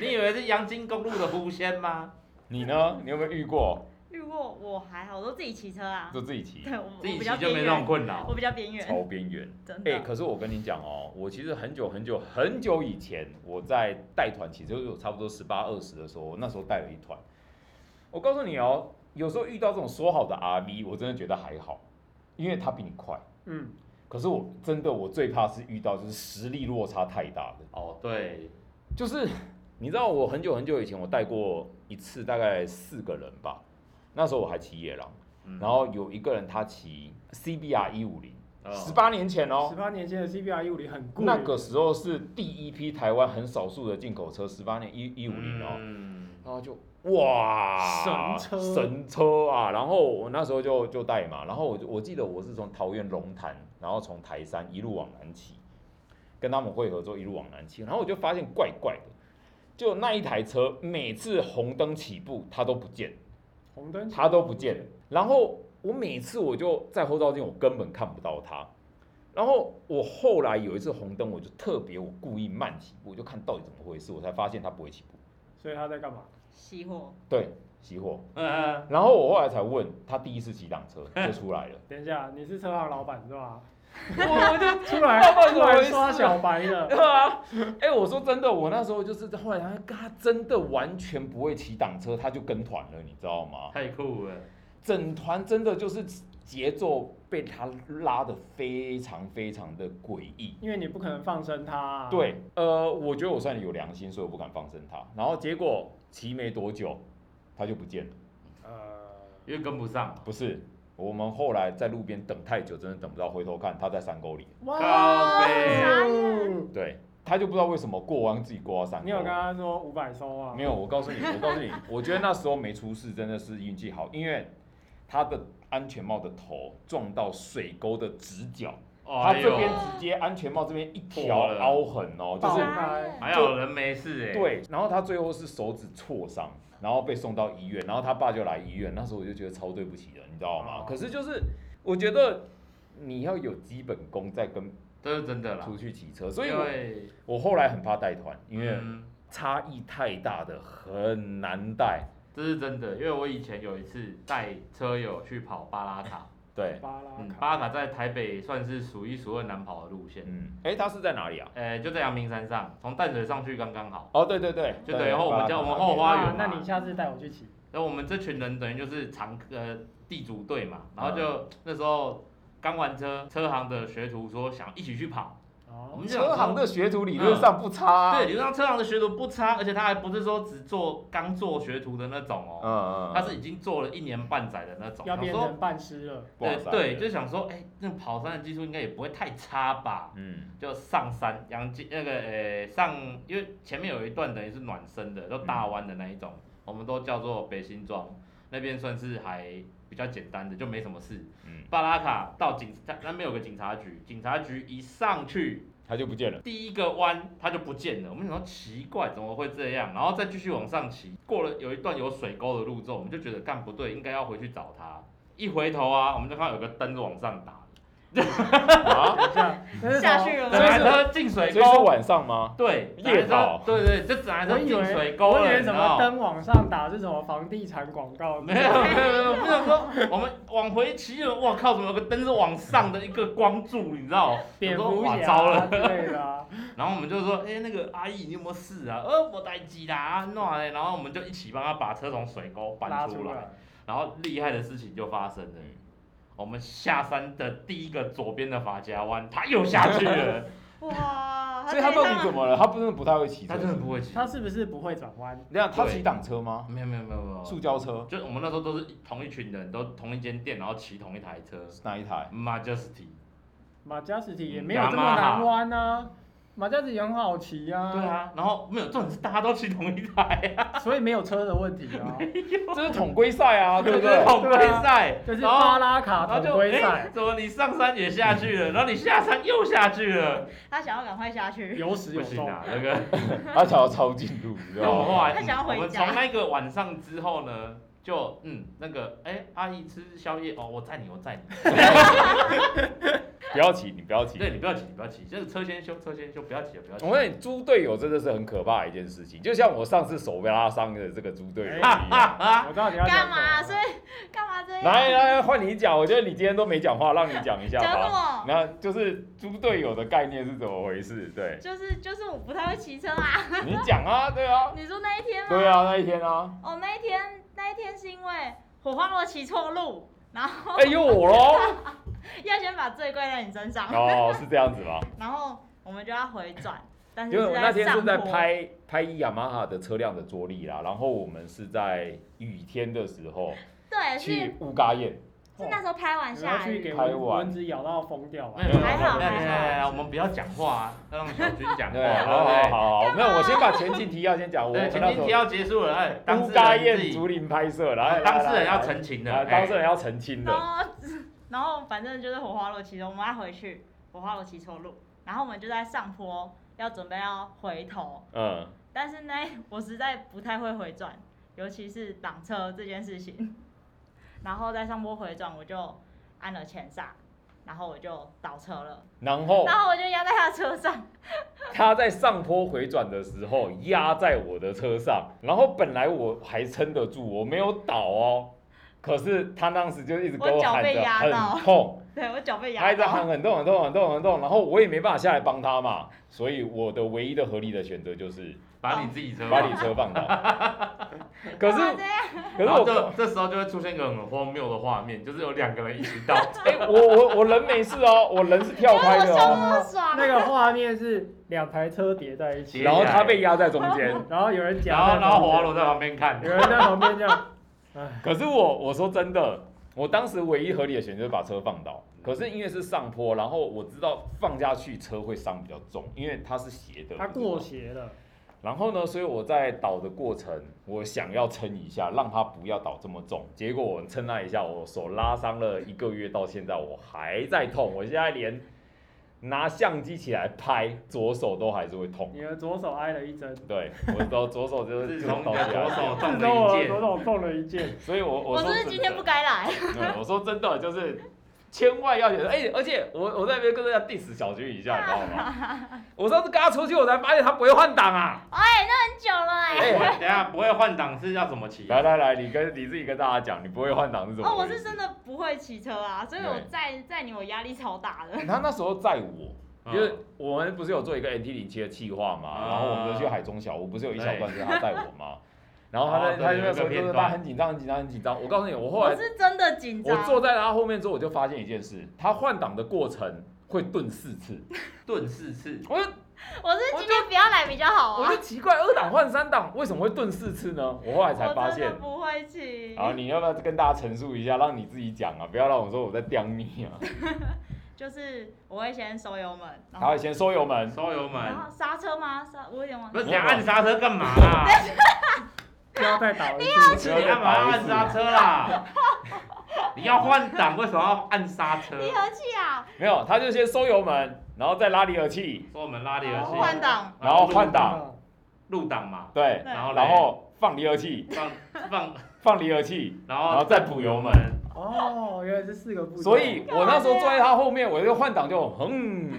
Speaker 4: 你以为是阳金公路的弧线吗？
Speaker 1: 你呢？你有没有遇过？
Speaker 3: 遇过我还好，我都自己骑车啊。
Speaker 1: 就自己 骑，
Speaker 3: 对，我我
Speaker 4: 自己
Speaker 3: 比
Speaker 4: 骑
Speaker 3: 较
Speaker 4: 就
Speaker 3: 边
Speaker 4: 没那种
Speaker 3: 缘，
Speaker 4: 困扰。
Speaker 3: 我比较边缘，
Speaker 1: 超边缘。
Speaker 3: 真
Speaker 1: 哎、
Speaker 3: 的。
Speaker 1: 可是我跟你讲哦，我其实很久很久很久以前，我在带团，其实有差不多十八二十的时候，我那时候带了一团。我告诉你哦，有时候遇到这种说好的 RV，我真的觉得还好，因为它比你快。
Speaker 2: 嗯，
Speaker 1: 可是我真的我最怕是遇到就是实力落差太大的，
Speaker 4: 哦，对，
Speaker 1: 就是你知道我很久很久以前我带过一次，大概四个人吧，那时候我还骑野狼，
Speaker 4: 嗯
Speaker 1: 然后有一个人他骑 CBR 一五零，
Speaker 4: 哦
Speaker 1: 十八年前哦
Speaker 2: 十，八年前的 CBR 一五零很贵，
Speaker 1: 那个时候是第一批台湾很少数的进口车，十八年一一五零哦，
Speaker 4: 嗯
Speaker 1: 然后就哇，
Speaker 2: 神车
Speaker 1: 神车啊！然后我那时候就就带嘛，然后我就我记得我是从桃园龙潭，然后从台山一路往南骑，跟他们会合作一路往南骑，然后我就发现怪怪的，就那一台车每次红灯起步它都不见，
Speaker 2: 红灯
Speaker 1: 它都不见，然后我每次我就在后照镜我根本看不到它。然后我后来有一次红灯，我就特别我故意慢起步，我就看到底怎么回事，我才发现它不会起步，
Speaker 2: 所以他在干嘛？
Speaker 3: 熄火，
Speaker 1: 对，熄火。
Speaker 4: 嗯，
Speaker 1: 然后我后来才问他第一次骑挡 车就出来了，
Speaker 2: 等一下，你是车行老板是吧？
Speaker 1: 我就
Speaker 2: 出
Speaker 1: 不好意
Speaker 2: 来
Speaker 1: 思
Speaker 2: 出
Speaker 1: 我
Speaker 2: 来
Speaker 1: 也是
Speaker 2: 刷小白的，
Speaker 1: 对啊，哎、我说真的，我那时候就是后来他他真的完全不会骑挡车，他就跟团了，你知道吗？
Speaker 4: 太酷了，
Speaker 1: 整团真的就是节奏被他拉得非常非常的诡异。
Speaker 2: 因为你不可能放生他、啊。
Speaker 1: 对，呃，我觉得我算有良心，所以我不敢放生他。然后结果骑没多久，他就不见了。
Speaker 2: 呃，
Speaker 4: 因为跟不上嘛。
Speaker 1: 不是，我们后来在路边等太久，真的等不到，回头看他在山沟里。
Speaker 4: 靠背，
Speaker 2: 哦
Speaker 1: 对，他就不知道为什么过弯自己过到山沟。
Speaker 2: 你有跟他说五百收啊？
Speaker 1: 没有，我告诉你，我告诉你，我觉得那时候没出事真的是运气好，因为他的安全帽的头撞到水沟的直角，他
Speaker 4: 哎
Speaker 1: 这
Speaker 4: 呦，
Speaker 1: 边直接安全帽这边一条
Speaker 4: 破了
Speaker 1: 凹痕哦，就
Speaker 2: 爆
Speaker 1: 是
Speaker 2: 了开
Speaker 4: 还好人没事哎。，
Speaker 1: 对，然后他最后是手指挫伤，然后被送到医院，然后他爸就来医院，那时候我就觉得超对不起人，你知道吗
Speaker 2: 哦？
Speaker 1: 可是就是我觉得你要有基本功再跟
Speaker 4: 这是真的啦。
Speaker 1: 出去骑车，所以
Speaker 4: 因
Speaker 1: 我
Speaker 4: 为
Speaker 1: 我后来很怕带团，因为
Speaker 4: 嗯
Speaker 1: 差异太大的很难带，
Speaker 4: 这是真的，因为我以前有一次带车友去跑巴拉塔，
Speaker 1: 对。
Speaker 2: 巴拉
Speaker 4: 嗯，
Speaker 2: 卡，
Speaker 4: 巴拉塔在台北算是数一数二难跑的路线，
Speaker 1: 嗯，哎，他是在哪里啊？
Speaker 4: 呃，就在阳明山上，从淡水上去刚刚好。
Speaker 1: 哦，对对对，
Speaker 4: 就等于后我们家我们后花园
Speaker 2: 啊
Speaker 4: 嘛，
Speaker 2: 那你下次带我去骑。
Speaker 4: 然后我们这群人等于就是常呃地主队嘛，然
Speaker 1: 嗯
Speaker 4: 后就那时候刚玩车，车行的学徒说想一起去跑，我
Speaker 2: 哦，
Speaker 4: 们就想
Speaker 1: 车
Speaker 4: 说
Speaker 1: 行的学徒理论上不差、啊
Speaker 4: 对，理论上车行的学徒不差，而且他还不是说只做刚做学徒的那种哦，
Speaker 1: 嗯嗯，嗯
Speaker 4: 他是已经做了一年半载的那种，
Speaker 2: 要
Speaker 4: 想
Speaker 2: 变
Speaker 4: 说
Speaker 2: 成半湿了。
Speaker 1: 不好
Speaker 4: 对
Speaker 1: 嗯塞
Speaker 4: 对，
Speaker 1: 的
Speaker 4: 就想说哎、那跑山的技术应该也不会太差吧，
Speaker 1: 嗯
Speaker 4: 就上山，阳金那个呃上，因为前面有一段等于是暖身的，就大弯的那一种，我们都叫做北新庄，那边算是还比较简单的，就没什么事。
Speaker 1: 嗯，
Speaker 4: 巴拉卡到警察那边有个警察局，警察局一上去
Speaker 1: 他就不 见了。
Speaker 4: 第一个弯它就不见了，我们想说奇怪怎么会这样，然后再继续往上骑，过了有一段有水沟的路之后，我们就觉得干不对，应该要回去找他。一回头啊，我们就看到有个灯是往上打，
Speaker 1: 啊，
Speaker 2: 等一下，那是什么
Speaker 3: 下去了吗
Speaker 2: 所以
Speaker 4: 整
Speaker 2: 是
Speaker 4: 台车进水
Speaker 1: 所以是
Speaker 4: 沟，
Speaker 1: 晚上吗？
Speaker 4: 对，
Speaker 1: 夜跑
Speaker 4: 整台车对对，就整台
Speaker 2: 我
Speaker 4: 车
Speaker 2: 以
Speaker 4: 进
Speaker 2: 为
Speaker 4: 水沟
Speaker 2: 我以
Speaker 4: 了，
Speaker 2: 为
Speaker 4: 你知
Speaker 2: 什
Speaker 4: 道
Speaker 2: 么
Speaker 4: 吗？
Speaker 2: 灯往上打是什么房地产广告？
Speaker 4: 没有没有没有，不想说我们往回骑了，我靠，怎么有个灯是往上的一个光柱，你知道？
Speaker 2: 蝙
Speaker 4: 我说
Speaker 2: 蝠
Speaker 4: 哇
Speaker 2: 侠
Speaker 4: 糟
Speaker 2: 啊
Speaker 4: 了。
Speaker 2: 之类的啊。
Speaker 4: 然后我们就说，哎、那个阿姨，你有没有事啊？呃，我待机啦，那嘞，然后我们就一起帮她把车从水沟
Speaker 2: 拉
Speaker 4: 搬出
Speaker 2: 出
Speaker 4: 来。嗯
Speaker 2: 来。
Speaker 4: 然后厉害的事情就发生了，
Speaker 1: 嗯
Speaker 4: 我们下山的第一个左边的法夹弯，他又下去了，
Speaker 3: 哇，
Speaker 1: 所以他
Speaker 3: 太
Speaker 1: 到
Speaker 3: 大
Speaker 1: 底怎么了？他不真的不太会骑车
Speaker 4: 他真的不会骑。
Speaker 2: 他是不是不会转弯？
Speaker 1: 那哦他
Speaker 4: 对
Speaker 1: 骑挡车吗？
Speaker 4: 没有没有没有没有，
Speaker 1: 塑胶车
Speaker 4: 就我们那时候都是同一群人，都同一间店，然后骑同一台车
Speaker 1: 是哪一台？
Speaker 4: ，Majesty。
Speaker 2: 马加斯提也
Speaker 4: 嗯
Speaker 2: 没有这么难弯啊，马加斯提很好骑啊，
Speaker 4: 对，啊，然后没有，重点是大家都骑同一台啊，
Speaker 2: 所以没有车的问题 啊，
Speaker 1: 这是统规赛啊， 对不对？
Speaker 4: 同归
Speaker 2: 啊
Speaker 4: 赛，
Speaker 2: 就是
Speaker 4: 然
Speaker 2: 巴
Speaker 4: 后
Speaker 2: 拉卡
Speaker 4: 然后
Speaker 2: 同
Speaker 4: 就
Speaker 2: 归
Speaker 4: 哎
Speaker 2: 赛，，
Speaker 4: 怎么你上山也下去了，然后你下山又下去了，
Speaker 3: 他想要赶快下去，
Speaker 2: 有始
Speaker 4: 不
Speaker 2: 有
Speaker 4: 行
Speaker 2: 终。
Speaker 4: 啊，那个，
Speaker 1: 他想要抄近路，你知
Speaker 4: 然后
Speaker 1: 道
Speaker 4: 我们
Speaker 1: 吗？
Speaker 4: 后来，
Speaker 3: 他想要
Speaker 4: 我
Speaker 3: 回
Speaker 4: 们
Speaker 3: 家
Speaker 4: 从那个晚上之后呢，就嗯，那个哎，阿姨吃宵夜哦，我载你，我载你，
Speaker 1: 不要骑，你不要骑。
Speaker 4: 对你不要骑，你不要骑，这个车先修，车先修，不要骑了，不要骑
Speaker 1: 我
Speaker 4: 了。
Speaker 1: 问你，猪队友真的是很可怕的一件事情，就像我上次手被拉伤的这个猪队友一样。
Speaker 4: 啊，
Speaker 2: 我知道你要讲什
Speaker 3: 干
Speaker 2: 么
Speaker 3: 嘛？
Speaker 2: 啊
Speaker 3: 所以干嘛这 样？
Speaker 1: 来来，换你讲，我觉得你今天都没讲话，让你讲一下
Speaker 3: 讲什
Speaker 1: 吧。
Speaker 3: 么？
Speaker 1: 那就是猪队友的概念是怎么回事？ 对
Speaker 3: 就是就是我不太会骑车啊。
Speaker 1: 你讲啊，对 啊，
Speaker 3: 你说那一天吗？
Speaker 1: 对啊，那一天 啊，
Speaker 3: 哦，那一天那一天是因为火花我骑错路，然后
Speaker 1: 哎、又我喽，
Speaker 3: 要先把罪怪在你身上，
Speaker 1: 哦，是这样子吗？
Speaker 3: 然后我们就要回转，但是
Speaker 1: 因为我那天是在
Speaker 3: 上坡，
Speaker 1: 拍拍雅马哈的车辆的着力啦，然后我们是在雨天的时候
Speaker 3: 对，是
Speaker 1: 去乌嘎堰，
Speaker 3: 是
Speaker 2: 哦
Speaker 3: 那时候拍完
Speaker 2: 你要
Speaker 3: 下
Speaker 2: 去给
Speaker 3: 雨，
Speaker 2: 蚊蚊子咬到疯掉吧
Speaker 4: 没？有没有
Speaker 3: 还好
Speaker 4: 没有没有
Speaker 3: 还好
Speaker 4: 没有没有我们不要讲话啊，要让小军讲话，
Speaker 1: 对，
Speaker 4: 对
Speaker 1: 好
Speaker 4: 不
Speaker 1: 好
Speaker 4: 对？
Speaker 1: 好好，没有，我先把前进题要先讲，我
Speaker 4: 对，
Speaker 1: 们
Speaker 4: 前
Speaker 1: 那
Speaker 4: 天提
Speaker 1: 时
Speaker 4: 要结束了，哎，
Speaker 1: 候
Speaker 4: 当
Speaker 1: 乌
Speaker 4: 事
Speaker 1: 嘎
Speaker 4: 人自
Speaker 1: 宴
Speaker 4: 己
Speaker 1: 竹，林拍摄，然后
Speaker 4: 当事人要澄清的，
Speaker 1: 啊，当事
Speaker 4: 哎
Speaker 1: 人要澄清
Speaker 3: 然
Speaker 1: 的，
Speaker 3: 后 然后反正就是火花落骑车，我们要回去火花落骑车路，然后我们就在上坡要准备要回头，
Speaker 1: 嗯，
Speaker 3: 但是呢，我实在不太会回转，尤其是挡车这件事情。 然后在上坡回转，我就按了前刹，然后我就倒车了，
Speaker 1: 然后
Speaker 3: 然后我就压在他的车上，
Speaker 1: 他在上坡回转的时候压在我的车上，然后本来我还撑得住，我没有倒哦，可是他当时就一直跟
Speaker 3: 我脚
Speaker 1: 喊
Speaker 3: 被
Speaker 1: 着
Speaker 3: 压到
Speaker 1: 很痛，
Speaker 3: 对我脚被
Speaker 1: 他
Speaker 3: 压
Speaker 1: 一直
Speaker 3: 到。
Speaker 1: 喊很痛很痛很痛很痛，然后我也没办法下来帮他嘛， 所以我的唯一的合理的选择就是
Speaker 4: 把你自己车
Speaker 1: 把你车放倒。 可 是
Speaker 3: 干嘛这样
Speaker 1: 可是
Speaker 4: 然后
Speaker 1: 我
Speaker 4: 这这时候就会出现一个很荒谬的画面，就是有两个人一起倒车，
Speaker 1: 哎、我我我人没事哦，我人是跳开
Speaker 3: 我
Speaker 1: 的
Speaker 3: 凶
Speaker 1: 哦，
Speaker 3: 那么爽，
Speaker 2: 那个画面是两台车叠在一起，
Speaker 1: 然后他被压在中间。
Speaker 2: 然后有人夹
Speaker 4: 然后
Speaker 2: 在
Speaker 4: 然后
Speaker 2: 中
Speaker 4: 火
Speaker 2: 间
Speaker 4: 花罗在旁边看，
Speaker 2: 有人在旁边这样，唉，
Speaker 1: 可是我我说真的，我当时唯一合理的选择就是把车放倒。可是因为是上坡，然后我知道放下去车会伤比较重，因为它是斜的。
Speaker 2: 他过斜了，
Speaker 1: 然后呢，所以我在倒的过程，我想要撑一下，让它不要倒这么重。结果我撑那一下，我手拉伤了一个月，到现在我还在痛。我现在连拿相机起来拍，左手都还是会 痛。
Speaker 2: 你的左手挨了一针，
Speaker 1: 对，我的左手就是
Speaker 4: 自
Speaker 1: 就是
Speaker 4: 从你
Speaker 1: 倒
Speaker 4: 的
Speaker 1: 下
Speaker 4: 左
Speaker 1: 来，
Speaker 2: 自
Speaker 4: 手中
Speaker 2: 从我
Speaker 4: 了一
Speaker 2: 的左
Speaker 4: 箭，
Speaker 2: 手中了一箭，
Speaker 1: 所以我我
Speaker 3: 我是
Speaker 1: 说
Speaker 3: 不是今天
Speaker 1: 真的
Speaker 3: 不该来？
Speaker 1: 对，我说真的，就是千万要忍。哎、而且我我在那边跟大家 diss 小军一下，你知道吗？ 我上次跟他出去，我才发现他不会换挡啊！
Speaker 3: 哎，那很久了哎。
Speaker 4: 哎，等一下不会换挡是要怎么骑？
Speaker 3: 哦
Speaker 1: 来来来，你跟你自己跟大家讲，你不会换挡是什么？
Speaker 3: 哦，我是真。的不会骑车啊，所以我
Speaker 1: 对
Speaker 3: 载载你，我压力超大的。
Speaker 1: 欸他那时候载我。
Speaker 4: 嗯
Speaker 1: 因为我们不是有做一个 NT 零七的企划嘛，
Speaker 4: 啊
Speaker 1: 然后我们就去海中小屋，不是有一小段是他带我吗？ 然后他在
Speaker 4: 哦对
Speaker 1: 他就在
Speaker 4: 有一个
Speaker 1: 说，就
Speaker 4: 片
Speaker 1: 是
Speaker 4: 段
Speaker 1: 他很紧张，很紧张，很紧张。我告诉你，我后
Speaker 3: 我
Speaker 1: 来
Speaker 3: 是真的紧
Speaker 1: 我
Speaker 3: 张，
Speaker 1: 坐在他后面之后，我就发现一件事，他换挡的过程会顿四次，
Speaker 4: 顿四次，
Speaker 1: 我 就
Speaker 3: 我是今天不要来比较好
Speaker 1: 我
Speaker 3: 啊
Speaker 1: 就。奇怪，二档换三档为什么会顿四次呢？我后来才发
Speaker 3: 我真
Speaker 1: 现
Speaker 3: 的。不会骑，
Speaker 1: 好，你要不要跟大家陈述一下，让你自己讲啊，不要让我说我在刁你啊。
Speaker 3: 就是我会先收油门，
Speaker 1: 他
Speaker 3: 然后
Speaker 1: 会先收油门，
Speaker 4: 收油
Speaker 3: 然
Speaker 4: 门，
Speaker 3: 后刹车吗？刹，我有点忘
Speaker 4: 不
Speaker 3: 记
Speaker 4: 是。你要按刹车干嘛啦？
Speaker 2: 不要再倒一次，
Speaker 1: 不
Speaker 4: 是
Speaker 1: 要
Speaker 4: 你
Speaker 1: 再
Speaker 4: 干嘛要
Speaker 1: 打一
Speaker 4: 按
Speaker 1: 次
Speaker 4: 刹车 啦？你要换挡，为什么要按刹车？
Speaker 3: 离合器啊，
Speaker 1: 没有，他就先收油门，然后再拉离合器，
Speaker 4: 说我们拉离合
Speaker 3: 然后
Speaker 4: 器，
Speaker 3: 哦换挡，
Speaker 1: 然后换挡，
Speaker 4: 入档嘛，
Speaker 1: 对，
Speaker 3: 对
Speaker 4: 然后嘞
Speaker 1: 然后放离合器，
Speaker 4: 放放，
Speaker 1: 放离合器。
Speaker 4: 然
Speaker 1: 然后
Speaker 4: 后
Speaker 1: 再补油门
Speaker 2: 哦，原来是四个步骤，
Speaker 1: 所以我那时候坐在他后面，我就换挡就 哼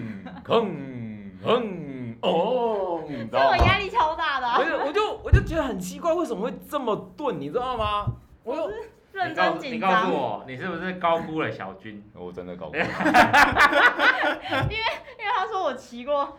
Speaker 1: 哼哼哦，你知
Speaker 3: 这
Speaker 1: 道
Speaker 3: 我
Speaker 1: 吗？
Speaker 3: 压力超大的啊
Speaker 1: 我，就我就我就觉得很奇怪，为什么会这么钝，你知道吗？我就
Speaker 3: 认
Speaker 4: 你告
Speaker 3: 真
Speaker 4: 诉你
Speaker 3: 紧
Speaker 4: 告
Speaker 3: 张
Speaker 4: 诉，我，你是不是高估了小军？
Speaker 1: 我真的搞不
Speaker 4: 懂
Speaker 3: 因为他说我骑过，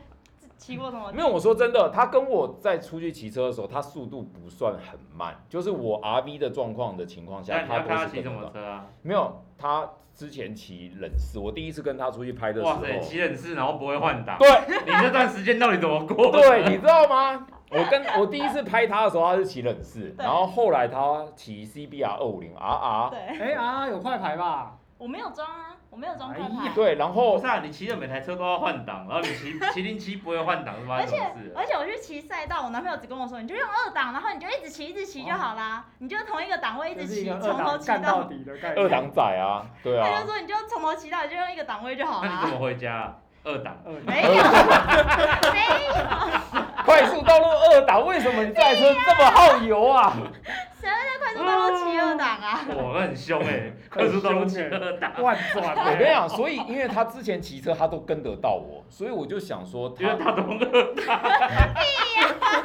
Speaker 3: 骑过什么
Speaker 1: 没？有，我说真的，他跟我在出去骑车的时候，他速度不算很慢，就是我 RV 的状况的情况
Speaker 4: 那
Speaker 1: 下，
Speaker 4: 你要看
Speaker 1: 不
Speaker 4: 他
Speaker 1: 会是
Speaker 4: 骑什
Speaker 1: 跟
Speaker 4: 么
Speaker 1: 的。
Speaker 4: 车啊？
Speaker 1: 没有，他之前骑冷式，我第一次跟他出去拍的时
Speaker 4: 哇
Speaker 1: 候，
Speaker 4: 塞，骑冷式然后不会换挡，
Speaker 1: 对
Speaker 4: 你这段时间到底怎么 过？
Speaker 1: 对，你知道吗？我跟我第一次拍他的时候，他是骑冷式，
Speaker 3: 对
Speaker 1: 然后后来他骑 CBR 二五零 RR，
Speaker 3: 对，
Speaker 2: 哎啊，有快牌吧？
Speaker 3: 我没有装啊，我没有装
Speaker 2: 哎
Speaker 3: 快
Speaker 2: 呀
Speaker 3: 牌。
Speaker 1: 对，然
Speaker 4: 不
Speaker 1: 后
Speaker 4: 是啊，你骑的每台车都要换挡，然后你骑 骑零七不会换挡是发
Speaker 3: 而
Speaker 4: 生
Speaker 3: 且
Speaker 4: 什么事了？
Speaker 3: 而且我去骑赛道，我男朋友只跟我说，你就用二档，然后你就一直骑一直骑就好啦，你就同一个档位一
Speaker 2: 这
Speaker 3: 直
Speaker 2: 是一
Speaker 3: 骑，
Speaker 2: 个
Speaker 3: 从
Speaker 2: 二
Speaker 3: 头
Speaker 2: 档
Speaker 3: 骑
Speaker 2: 干到
Speaker 3: 到。
Speaker 2: 底的概念，
Speaker 1: 二档仔啊，对
Speaker 3: 他就
Speaker 1: 啊，
Speaker 3: 说你就从头骑到底，就用一个档位就好
Speaker 4: 那你怎
Speaker 3: 啦。
Speaker 4: 么回家啊？二档。
Speaker 2: 二档
Speaker 3: 没有，啊没有，
Speaker 1: 快速道路二档，为什么你这台车这么耗油 啊？
Speaker 3: 谁会在快速道路骑二档啊？
Speaker 4: 哇，那 很凶哎、欸快速道路骑二档，
Speaker 2: 万 转
Speaker 1: 我跟你
Speaker 2: 欸，
Speaker 1: 讲，所以因为他之前骑车他都跟得到我，所以我就想说
Speaker 4: 因为
Speaker 1: 他。
Speaker 4: 他都二 档，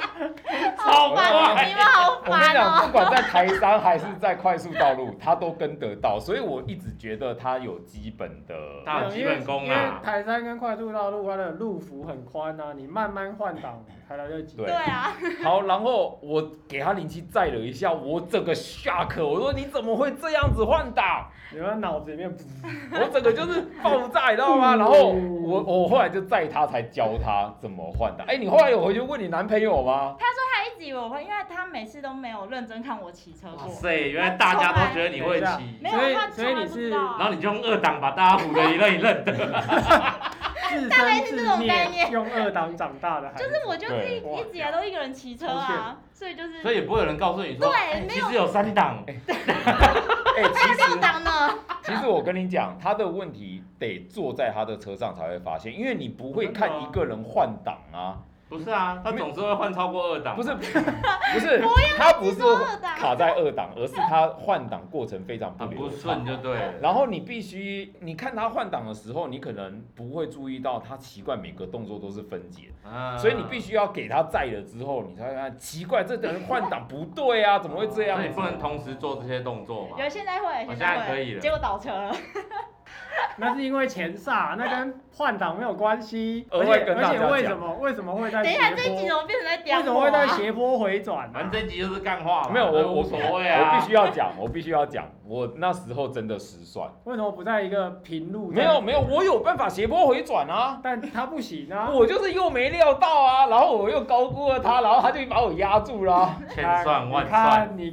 Speaker 4: 超
Speaker 3: 烦哦
Speaker 4: 快
Speaker 3: 你。们好
Speaker 1: 我跟你
Speaker 3: 烦
Speaker 1: 讲，不
Speaker 3: 哦！
Speaker 1: 管在台山还是在快速道路，他都跟得到，所以我一直觉得他有基本的。
Speaker 4: 大基本功
Speaker 2: 因为
Speaker 4: 啊，
Speaker 2: 台山跟快速道路它的路幅很宽啊，你慢慢换挡才来得及。
Speaker 1: 对
Speaker 3: 对啊，
Speaker 1: 好，然后我给他零七载了一下，我整个 shock，我说你怎么会这样子换挡？
Speaker 2: 你们脑子里面
Speaker 1: 我整个就是爆炸，你知道吗？然后我我后来就载他，才教他怎么换挡。哎，你后来有回去问你男朋友吗？
Speaker 3: 他一直以为我会，因为他每次都没有有认真看我骑车
Speaker 4: 哇
Speaker 3: 过，
Speaker 4: 塞，原来大家都觉得你会
Speaker 2: 等
Speaker 4: 骑，
Speaker 3: 没
Speaker 2: 所
Speaker 3: 有
Speaker 2: 以
Speaker 3: 他从
Speaker 2: 所以
Speaker 3: 来
Speaker 2: 你
Speaker 3: 不
Speaker 2: 是
Speaker 3: 知道啊。
Speaker 4: 然后你就用二档把大家唬得一愣一愣的。
Speaker 2: 自
Speaker 3: 大概
Speaker 2: 生
Speaker 3: 是
Speaker 2: 自
Speaker 3: 这种概
Speaker 2: 灭，
Speaker 3: 念
Speaker 2: 用二档长大的孩子，
Speaker 3: 就是我就是一
Speaker 2: 对
Speaker 3: 一直以来都一个人骑车啊，所以就是
Speaker 4: 所以也不会有人告诉你说，
Speaker 3: 对
Speaker 4: 哎
Speaker 3: 没
Speaker 4: 其
Speaker 3: 有
Speaker 4: 实有三档，
Speaker 1: 哎、其
Speaker 3: 六
Speaker 1: 实
Speaker 3: 档呢，
Speaker 1: 其实我跟你讲，他的问题得坐在他的车上才会发现，因为你不会
Speaker 4: 哦
Speaker 1: 看一个人换挡啊，
Speaker 4: 不是啊，他总是会换超过二档，
Speaker 1: 不是不是，他不是
Speaker 3: 二档
Speaker 1: 卡在二档，而是他换挡过程非常不
Speaker 4: 很
Speaker 1: 流
Speaker 4: 不
Speaker 1: 畅
Speaker 4: 顺。就对了。
Speaker 1: 然后你必须，你看他换挡的时候，你可能不会注意到他奇怪每个动作都是分解，
Speaker 4: 啊
Speaker 1: 所以你必须要给他载了之后，你才会看奇怪，这等人换挡不对啊，怎么会这样
Speaker 4: 所以
Speaker 1: 子
Speaker 4: 不？能同时做这些动作嘛
Speaker 3: 有。现在会，
Speaker 4: 我现
Speaker 3: 在
Speaker 4: 在
Speaker 3: 会，
Speaker 4: 可以了
Speaker 3: 结果倒车了，
Speaker 2: 那是因为前煞，那跟换挡没有 关系，
Speaker 1: 额
Speaker 2: 而
Speaker 1: 外
Speaker 2: 且
Speaker 1: 跟
Speaker 2: 而
Speaker 1: 大家
Speaker 2: 且为
Speaker 1: 讲
Speaker 2: 什么为什么会在
Speaker 3: 等一下
Speaker 2: 斜
Speaker 3: 这一
Speaker 2: 坡？
Speaker 3: 集怎么变成在
Speaker 2: 为
Speaker 3: 讲
Speaker 2: 什
Speaker 3: 我
Speaker 2: 么会在
Speaker 3: 啊？
Speaker 2: 斜坡回转
Speaker 4: 反
Speaker 2: 呢
Speaker 4: 正？这一集就是干话嘛，
Speaker 1: 没有，我我
Speaker 4: 无所谓啊。
Speaker 1: 我必须要讲，我必须要讲，我那时候真的失算。
Speaker 2: 为什么不在一个平路？
Speaker 1: 没有，没有，我有办法斜坡回转啊，
Speaker 2: 但他不行 啊。
Speaker 1: 我就是又没料到啊，然后我又高估了他，然后他就把我压住了啊。
Speaker 4: 千算
Speaker 2: 哎
Speaker 4: 万
Speaker 2: 你
Speaker 4: 算，
Speaker 2: 看，你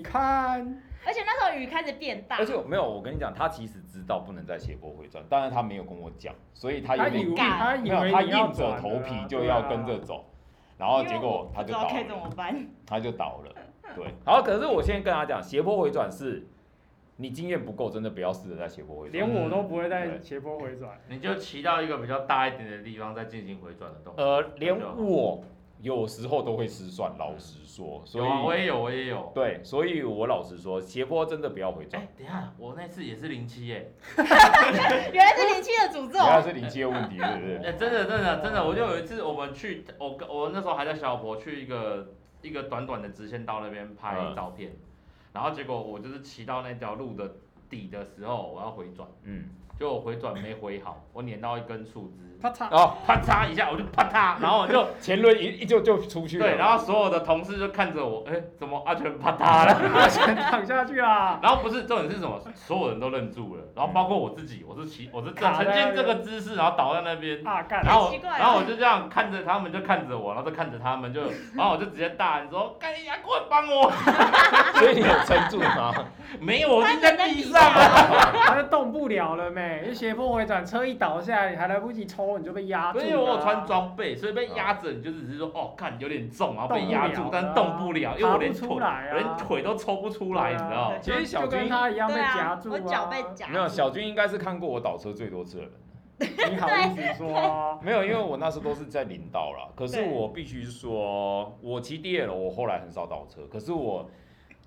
Speaker 2: 看，
Speaker 3: 而且那时候雨开始变大，
Speaker 1: 而且我没有，我跟你讲，他其实知道不能在斜坡回转，但是他没有跟我讲，所以他
Speaker 2: 他
Speaker 1: 有
Speaker 2: 以
Speaker 1: 点
Speaker 2: 为
Speaker 3: 干
Speaker 2: 他以
Speaker 1: 没有，
Speaker 2: 为
Speaker 1: 他
Speaker 2: 你要
Speaker 1: 硬着
Speaker 2: 转
Speaker 1: 头
Speaker 2: 了
Speaker 1: 皮
Speaker 2: 啊
Speaker 1: 就要跟着。走，然后哦结
Speaker 3: 因为我
Speaker 1: 果他
Speaker 3: 不
Speaker 1: 就
Speaker 3: 知
Speaker 1: 倒
Speaker 3: 道该怎
Speaker 1: 了，
Speaker 3: 么办，
Speaker 1: 他就倒了。对，好，可是我现在跟他讲，斜坡回转是，你经验不够，真的不要试着在斜坡回转
Speaker 2: 连。我都不会在斜坡回转，
Speaker 4: 你就骑到一个比较大一点的地方再进行回转的动作。
Speaker 1: 呃，连我有时候都会失算，老实说，所
Speaker 4: 有啊，我
Speaker 1: 以
Speaker 4: 也有，我也有。
Speaker 1: 对，所以我老实说，斜坡真的不要回转
Speaker 4: 哎，，等一下，我那次也是零七耶，
Speaker 3: 原来是灵气的诅
Speaker 1: 主要
Speaker 3: 咒，
Speaker 1: 是临界问题，对不对？
Speaker 4: 哎，真的真的真的，我就有一次我们去，我跟我那时候还在小婆去一个一个短短的直线道那边拍
Speaker 1: 嗯
Speaker 4: 照片，然后结果我就是骑到那条路的底的时候，我要回转，
Speaker 1: 嗯，
Speaker 4: 结果我回转没回好，我碾到一根树枝，
Speaker 2: 他差
Speaker 1: 哦，
Speaker 4: 啪嚓一下，我就啪嚓，然后我就
Speaker 1: 前轮一一就就出去了，
Speaker 4: 对，然后所有的同事就看着我，哎、怎么阿全啪 嗒了？
Speaker 2: 他想啊躺下去啊啦。
Speaker 4: 然后不是重点是什么，所有人都愣住了，然后包括我自己，我是骑，我是正
Speaker 2: 卡在
Speaker 4: 沉
Speaker 2: 那
Speaker 4: 浸
Speaker 2: 边
Speaker 4: 这个姿势，然后倒在那边，
Speaker 2: 啊干！
Speaker 4: 然后
Speaker 3: 奇
Speaker 4: 我
Speaker 3: 怪了
Speaker 4: 然后我就这样看着他们，就看着我，然后就看着他们，就然后我就直接大喊说：“干你娘，过来 帮我
Speaker 1: 所以你有撑住吗？！”
Speaker 4: 没有，我
Speaker 3: 他
Speaker 4: 就在
Speaker 3: 在
Speaker 4: 地
Speaker 3: 地
Speaker 4: 上啊。
Speaker 2: 他就动不了了没？因为斜坡回转，车一倒下来，你还来不及抽，你就被压住
Speaker 4: 所
Speaker 2: 了啊。
Speaker 4: 以我有穿装备，所以被
Speaker 1: 啊
Speaker 4: 压着，你就只是说哦，看有点重，然后被
Speaker 2: 动不
Speaker 4: 压
Speaker 2: 了
Speaker 4: 住
Speaker 2: 啊，
Speaker 4: 但是动不了，因为我连
Speaker 2: 爬不
Speaker 4: 腿，
Speaker 2: 出来啊
Speaker 4: 我连腿都抽不出来，
Speaker 2: 对
Speaker 4: 你
Speaker 2: 啊，
Speaker 4: 知道吗？
Speaker 3: 对
Speaker 1: 其实小
Speaker 2: 就跟
Speaker 1: 军
Speaker 2: 他一样被
Speaker 3: 对
Speaker 2: 夹
Speaker 3: 啊，
Speaker 2: 住
Speaker 3: 我脚 被夹住，
Speaker 1: 没有，小军应该是看过我倒车最多次了。
Speaker 2: 你好意思说？
Speaker 1: 没有，因为我那时候都是在领导啦。可是
Speaker 3: 对
Speaker 1: 我必须说，我骑 D L，我后来很少倒车。可是我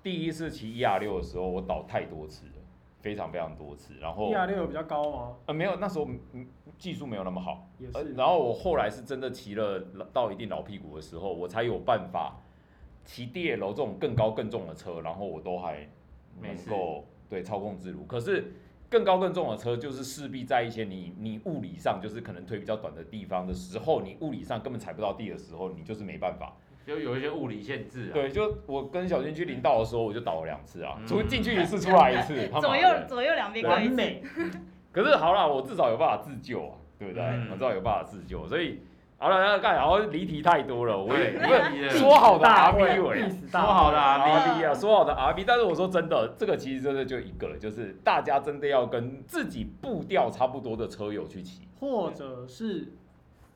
Speaker 1: 第一次骑 E R 六的时候，我倒太多次了，非常非常多次。然后
Speaker 2: 一二六有比较高吗？
Speaker 1: 呃没有，那时候嗯技术没有那么好。
Speaker 2: 也
Speaker 4: 哦
Speaker 1: 呃
Speaker 2: 是。
Speaker 1: 然后我后来是真的骑了到一定老屁股的时候，我才有办法骑 D L 这种更高更重的车，然后我都还能
Speaker 4: 没事
Speaker 1: 够对操控自如。可是更高更重的车，就是势必在一些你你物理上就是可能推比较短的地方的时候，你物理上根本踩不到地的时候，你就是没办法。
Speaker 4: 就有一些物理限制啊。
Speaker 1: 对，就我跟小军去领导的时候，我就倒了两次啊，
Speaker 4: 嗯
Speaker 1: 出进 去一次，出来一次，他妈
Speaker 3: 左
Speaker 1: 的
Speaker 3: 右左右两边各
Speaker 2: 完
Speaker 3: 一次，
Speaker 2: 美，
Speaker 1: 可是好啦，我至少有办法自救啊，对不对？
Speaker 4: 嗯
Speaker 1: 我至少有办法自救，所以好了，那干，然后离题太多了，我也
Speaker 4: 对，
Speaker 1: 不
Speaker 4: 你
Speaker 1: 是
Speaker 4: 的
Speaker 1: 说好的
Speaker 2: 哎大
Speaker 1: RB
Speaker 2: 会，哎
Speaker 1: 尾
Speaker 2: 必。死
Speaker 4: 说
Speaker 2: 大会
Speaker 4: 好的啊，你
Speaker 1: 啊 RB 啊，说好的 RB，但是我说真的，这个其实真的就一个，就是大家真的要跟自己步调差不多的车友去骑，
Speaker 2: 或者是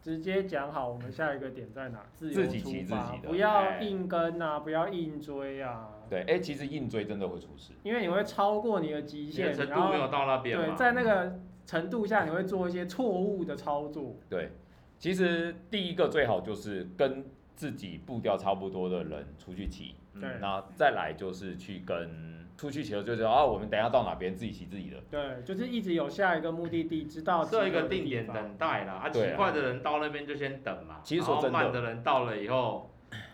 Speaker 2: 直接讲好我们下一个点在哪，自由
Speaker 1: 自己
Speaker 2: 出
Speaker 1: 骑
Speaker 2: 发
Speaker 1: 自己的
Speaker 2: 不
Speaker 4: 哎
Speaker 2: 要硬跟啊，不要硬追啊，
Speaker 1: 对，哎，其实硬追真的会出事，
Speaker 2: 因为你会超过你的极
Speaker 4: 你的
Speaker 2: 限，
Speaker 4: 程
Speaker 2: 然
Speaker 4: 度没有
Speaker 2: 后
Speaker 4: 到那边嘛。
Speaker 2: 对，在
Speaker 1: 嗯
Speaker 2: 那个程度下你会做一些错误的操作，
Speaker 1: 对，其实第一个最好就是跟自己步调差不多的人出去骑，
Speaker 4: 嗯
Speaker 2: 对
Speaker 1: 那再来就是去跟出去骑的就是啊，我们等一下到哪边自己骑自己的，
Speaker 2: 对，就是一直有下一个目的地，知道
Speaker 4: 设一
Speaker 2: 集合的
Speaker 4: 个定点
Speaker 2: 地方。
Speaker 4: 等待啦，啊，奇
Speaker 1: 对啊
Speaker 4: 怪的人到那边就先等嘛，
Speaker 1: 其实
Speaker 4: 然
Speaker 1: 说
Speaker 4: 后
Speaker 1: 真的
Speaker 4: 慢的人到了以后，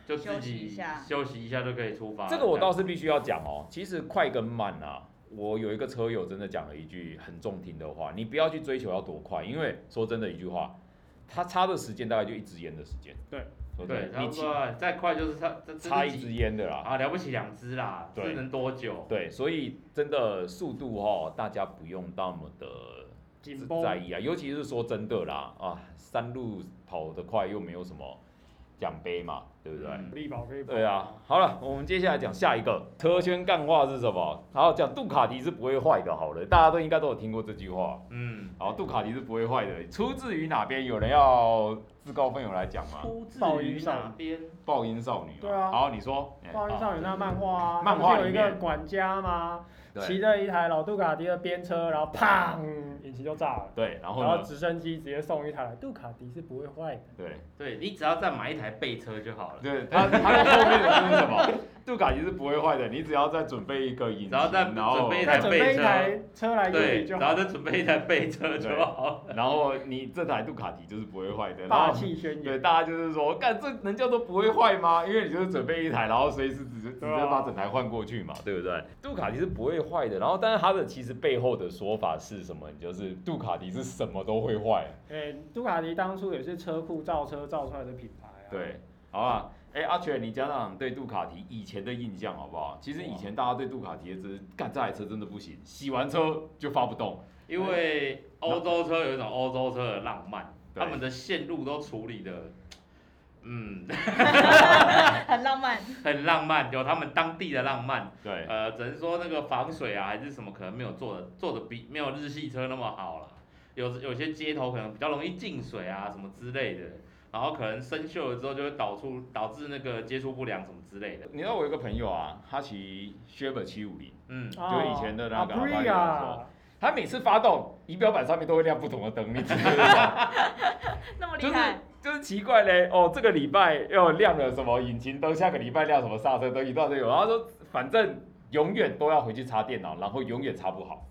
Speaker 4: 就自
Speaker 3: 休息一
Speaker 4: 己
Speaker 3: 下
Speaker 4: 休息一下就可以出发了。
Speaker 1: 这个我倒是必须要讲哦，其实快跟慢啊，我有一个车友真的讲了一句很中听的话，你不要去追求要多快，因为说真的一句话，他差的时间大概就一支烟的时间。
Speaker 2: 对
Speaker 1: 对不
Speaker 4: 对，
Speaker 1: 对，
Speaker 4: 差
Speaker 1: 你
Speaker 4: 不
Speaker 1: 骑
Speaker 4: 多啊再快就是差这
Speaker 1: 差
Speaker 4: 这
Speaker 1: 一
Speaker 4: 是
Speaker 1: 支
Speaker 4: 几
Speaker 1: 烟的啦。
Speaker 4: 啊，了不起两只啦，
Speaker 1: 对
Speaker 4: 这能多久？
Speaker 1: 对，所以真的速度哦，大家不用那么的
Speaker 2: 紧绷，
Speaker 1: 在意啊，尤其是说真的啦啊，山路跑得快又没有什么奖杯嘛，对不对？
Speaker 4: 嗯
Speaker 2: 力保可以保。
Speaker 1: 对啊，好了，我们接下来讲下一个车圈干话是什么？好，讲杜卡迪是不会坏的。好了，大家都应该都有听过这句话。
Speaker 4: 嗯，
Speaker 1: 好，杜卡迪是不会坏的，出自于哪边？有人要自告奋勇来讲吗？
Speaker 4: 出自
Speaker 2: 暴雨
Speaker 4: 于哪
Speaker 2: 上
Speaker 4: 边？
Speaker 1: 暴音少女嘛。
Speaker 2: 对啊
Speaker 1: 好，你说。哎
Speaker 2: 暴力
Speaker 1: 好
Speaker 2: 少女那漫画啊，
Speaker 1: 漫
Speaker 2: 不
Speaker 1: 画
Speaker 2: 是有
Speaker 1: 里
Speaker 2: 一个
Speaker 1: 面
Speaker 2: 管家吗？
Speaker 1: 对
Speaker 2: 骑着一台老杜卡迪的边车，然后砰，引擎就炸了。
Speaker 1: 对，然后
Speaker 2: 然后
Speaker 1: 呢？
Speaker 2: 直升机直接送一台来，杜卡迪是不会坏的。
Speaker 1: 对
Speaker 4: 对你只要再买一台备车就好了，
Speaker 1: 对，他他后面的是什么？ 杜卡迪是不会坏的，你只要再准备一个引擎，
Speaker 4: 只要再
Speaker 1: 然后
Speaker 4: 准备一
Speaker 2: 再
Speaker 4: 台
Speaker 2: 准
Speaker 4: 备
Speaker 2: 备一
Speaker 4: 车
Speaker 2: 台车来给
Speaker 4: 对，
Speaker 2: 你就好
Speaker 4: 然后，再准备一台备车就好了。
Speaker 1: 然后你这台杜卡迪就是不会坏的，然
Speaker 2: 霸
Speaker 1: 后
Speaker 2: 气宣
Speaker 1: 对，
Speaker 2: 言。
Speaker 1: 大家就是说，干这能叫做不会坏吗？因为你就是准备一台，然后随时直接直接
Speaker 2: 对啊
Speaker 1: 把整台换过去嘛，对不对？杜卡迪是不会坏的，然后但是它的其实背后的说法是什么？就是杜卡迪是什么都会坏，
Speaker 2: 哎，杜卡迪当初也是车库造车造出来的品牌啊。
Speaker 1: 对，好吧。哎，阿全，你讲讲对杜卡迪以前的印象好不好？其实以前大家对杜卡迪的只是干这台车真的不行，洗完车就发不动。
Speaker 4: 因为欧洲车有一种欧洲车的浪漫，
Speaker 1: 对
Speaker 4: 他们的线路都处理的，嗯，
Speaker 3: 很浪漫。
Speaker 4: 很浪漫，有他们当地的浪漫。
Speaker 1: 对，
Speaker 4: 呃，只能说那个防水啊，还是什么，可能没有做的做的比没有日系车那么好啦。有有些街头可能比较容易进水啊，什么之类的，然后可能生锈了之后就会导出导致那个接触不良什么之类的。
Speaker 1: 你知道我有一个朋友啊，他骑 Shaver 七五零，
Speaker 4: 嗯，
Speaker 2: 哦，
Speaker 1: 就以前的那个
Speaker 2: Aprilia
Speaker 1: 阿他每次发动仪表板上面都会亮不同的灯，你知不知道？
Speaker 3: 那么
Speaker 1: 就
Speaker 3: 厉
Speaker 1: 是
Speaker 3: 害，
Speaker 1: 就是奇怪嘞，哦，这个礼拜又亮了什么引擎灯，下个礼拜亮什么刹车灯，一段都有。然后说反正永远都要回去插电脑，然后永远插不好。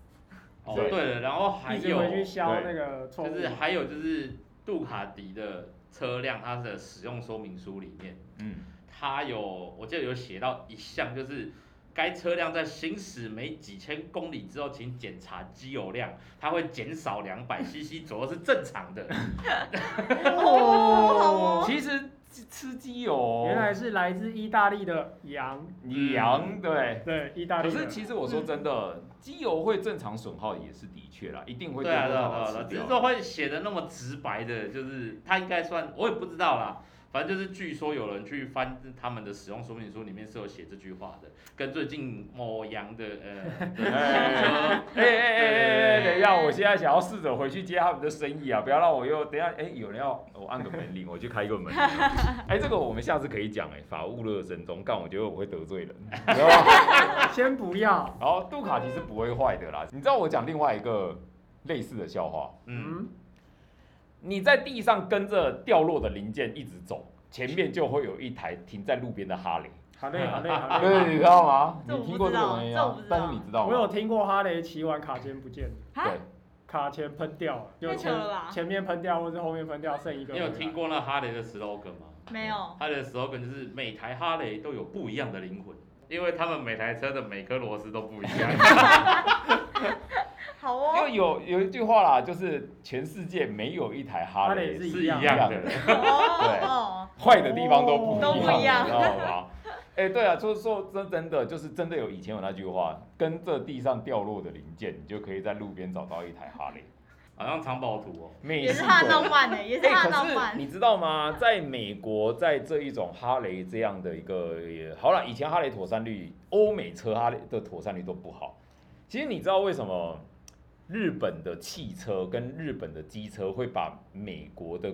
Speaker 4: 哦
Speaker 1: 对
Speaker 4: 对了，然后还
Speaker 2: 一直回去
Speaker 4: 有
Speaker 2: 削那个错误
Speaker 4: 就。是还有就是杜卡迪的车辆，它的使用说明书里面，
Speaker 1: 嗯，
Speaker 4: 它有我记得有写到一项就是。该车辆在行驶每几千公里之后，请检查机油量，它会减少 两百 CC 左右是正常的。
Speaker 3: 哦好哦
Speaker 1: 其实吃鸡油，
Speaker 2: 原来是来自意大利的羊，
Speaker 1: 羊对。
Speaker 2: 对，意大利
Speaker 1: 可
Speaker 2: 的。
Speaker 1: 是其实我说真的，机油会正常损耗也是的确啦，一定会
Speaker 4: 嗯对啊，对
Speaker 1: 多
Speaker 4: 啊，
Speaker 1: 多
Speaker 4: 对啊
Speaker 1: 少
Speaker 4: 对
Speaker 1: 少
Speaker 4: 啊，
Speaker 1: 吃
Speaker 4: 只是
Speaker 1: 掉
Speaker 4: 说会写的那么直白的，就是它应该算，我也不知道啦。反正就是据说有人去翻他们的使用说明书，里面是有写这句话的，跟最近某羊的呃 的
Speaker 1: 哎
Speaker 4: 车
Speaker 1: 哎哎哎哎，等一下，我现在想要试着回去接他们的生意啊，不要让我又等一下，哎、有人要我按个门铃，我去开一个门铃。 哎、这个我们下次可以讲哎、法务热身中，干我觉得我会得罪人，你知道吗？
Speaker 2: 先不要，
Speaker 1: 然后杜卡迪是不会坏的啦，你知道我讲另外一个类似的笑话，
Speaker 4: 嗯，
Speaker 2: 嗯，
Speaker 1: 你在地上跟着掉落的零件一直走，前面就会有一台停在路边的哈雷，
Speaker 2: 好嘞，好嘞，好 嘞。
Speaker 1: 对，你知道吗？
Speaker 3: 这我
Speaker 1: 你
Speaker 3: 不
Speaker 1: 听过这
Speaker 3: 知
Speaker 1: 种
Speaker 3: 道
Speaker 1: 东西
Speaker 3: 这我
Speaker 1: 啊
Speaker 3: 不知？
Speaker 1: 但是
Speaker 3: 道
Speaker 1: 你知道
Speaker 2: 我有
Speaker 1: 吗？
Speaker 2: 听过哈雷骑完卡钳不见了，
Speaker 3: 哈，
Speaker 2: 卡钳喷掉了，有
Speaker 3: 太啊扯
Speaker 2: 前
Speaker 3: 了吧
Speaker 2: 前面喷掉或者后面喷掉，剩一个。
Speaker 4: 你有听？过那哈雷的 slogan 吗？
Speaker 3: 没有，
Speaker 4: 它的 slogan 就是每台哈雷都有不一样的灵魂，因为他们每台车的每颗螺丝都不一样。
Speaker 3: 好
Speaker 1: 因
Speaker 3: 哦，
Speaker 1: 为有有一句话啦，就是全世界没有一台哈
Speaker 2: 哈
Speaker 1: 雷
Speaker 2: 雷 是
Speaker 4: 是
Speaker 2: 一
Speaker 4: 一
Speaker 2: 样
Speaker 4: 样的，
Speaker 3: 哦，
Speaker 1: 坏的地方都不一样，
Speaker 3: 都不一样
Speaker 1: 你知道吗？ 哎、对啊，就是说真真的，就是真的有以前有那句话，跟着地上掉落的零件，你就可以在路边找到一台哈雷。
Speaker 4: 好像藏宝图哦。
Speaker 1: 美
Speaker 3: 也是他的浪漫的，也是
Speaker 1: 哎、
Speaker 3: 他的
Speaker 1: 可
Speaker 3: 浪
Speaker 1: 是
Speaker 3: 漫，
Speaker 1: 你知道吗？在美国，在这一种哈雷这样的一个，也好了，以前哈雷妥善率，欧美车哈雷的妥善率都不好。其实你知道为什么日本的汽车跟日本的机车会把美国的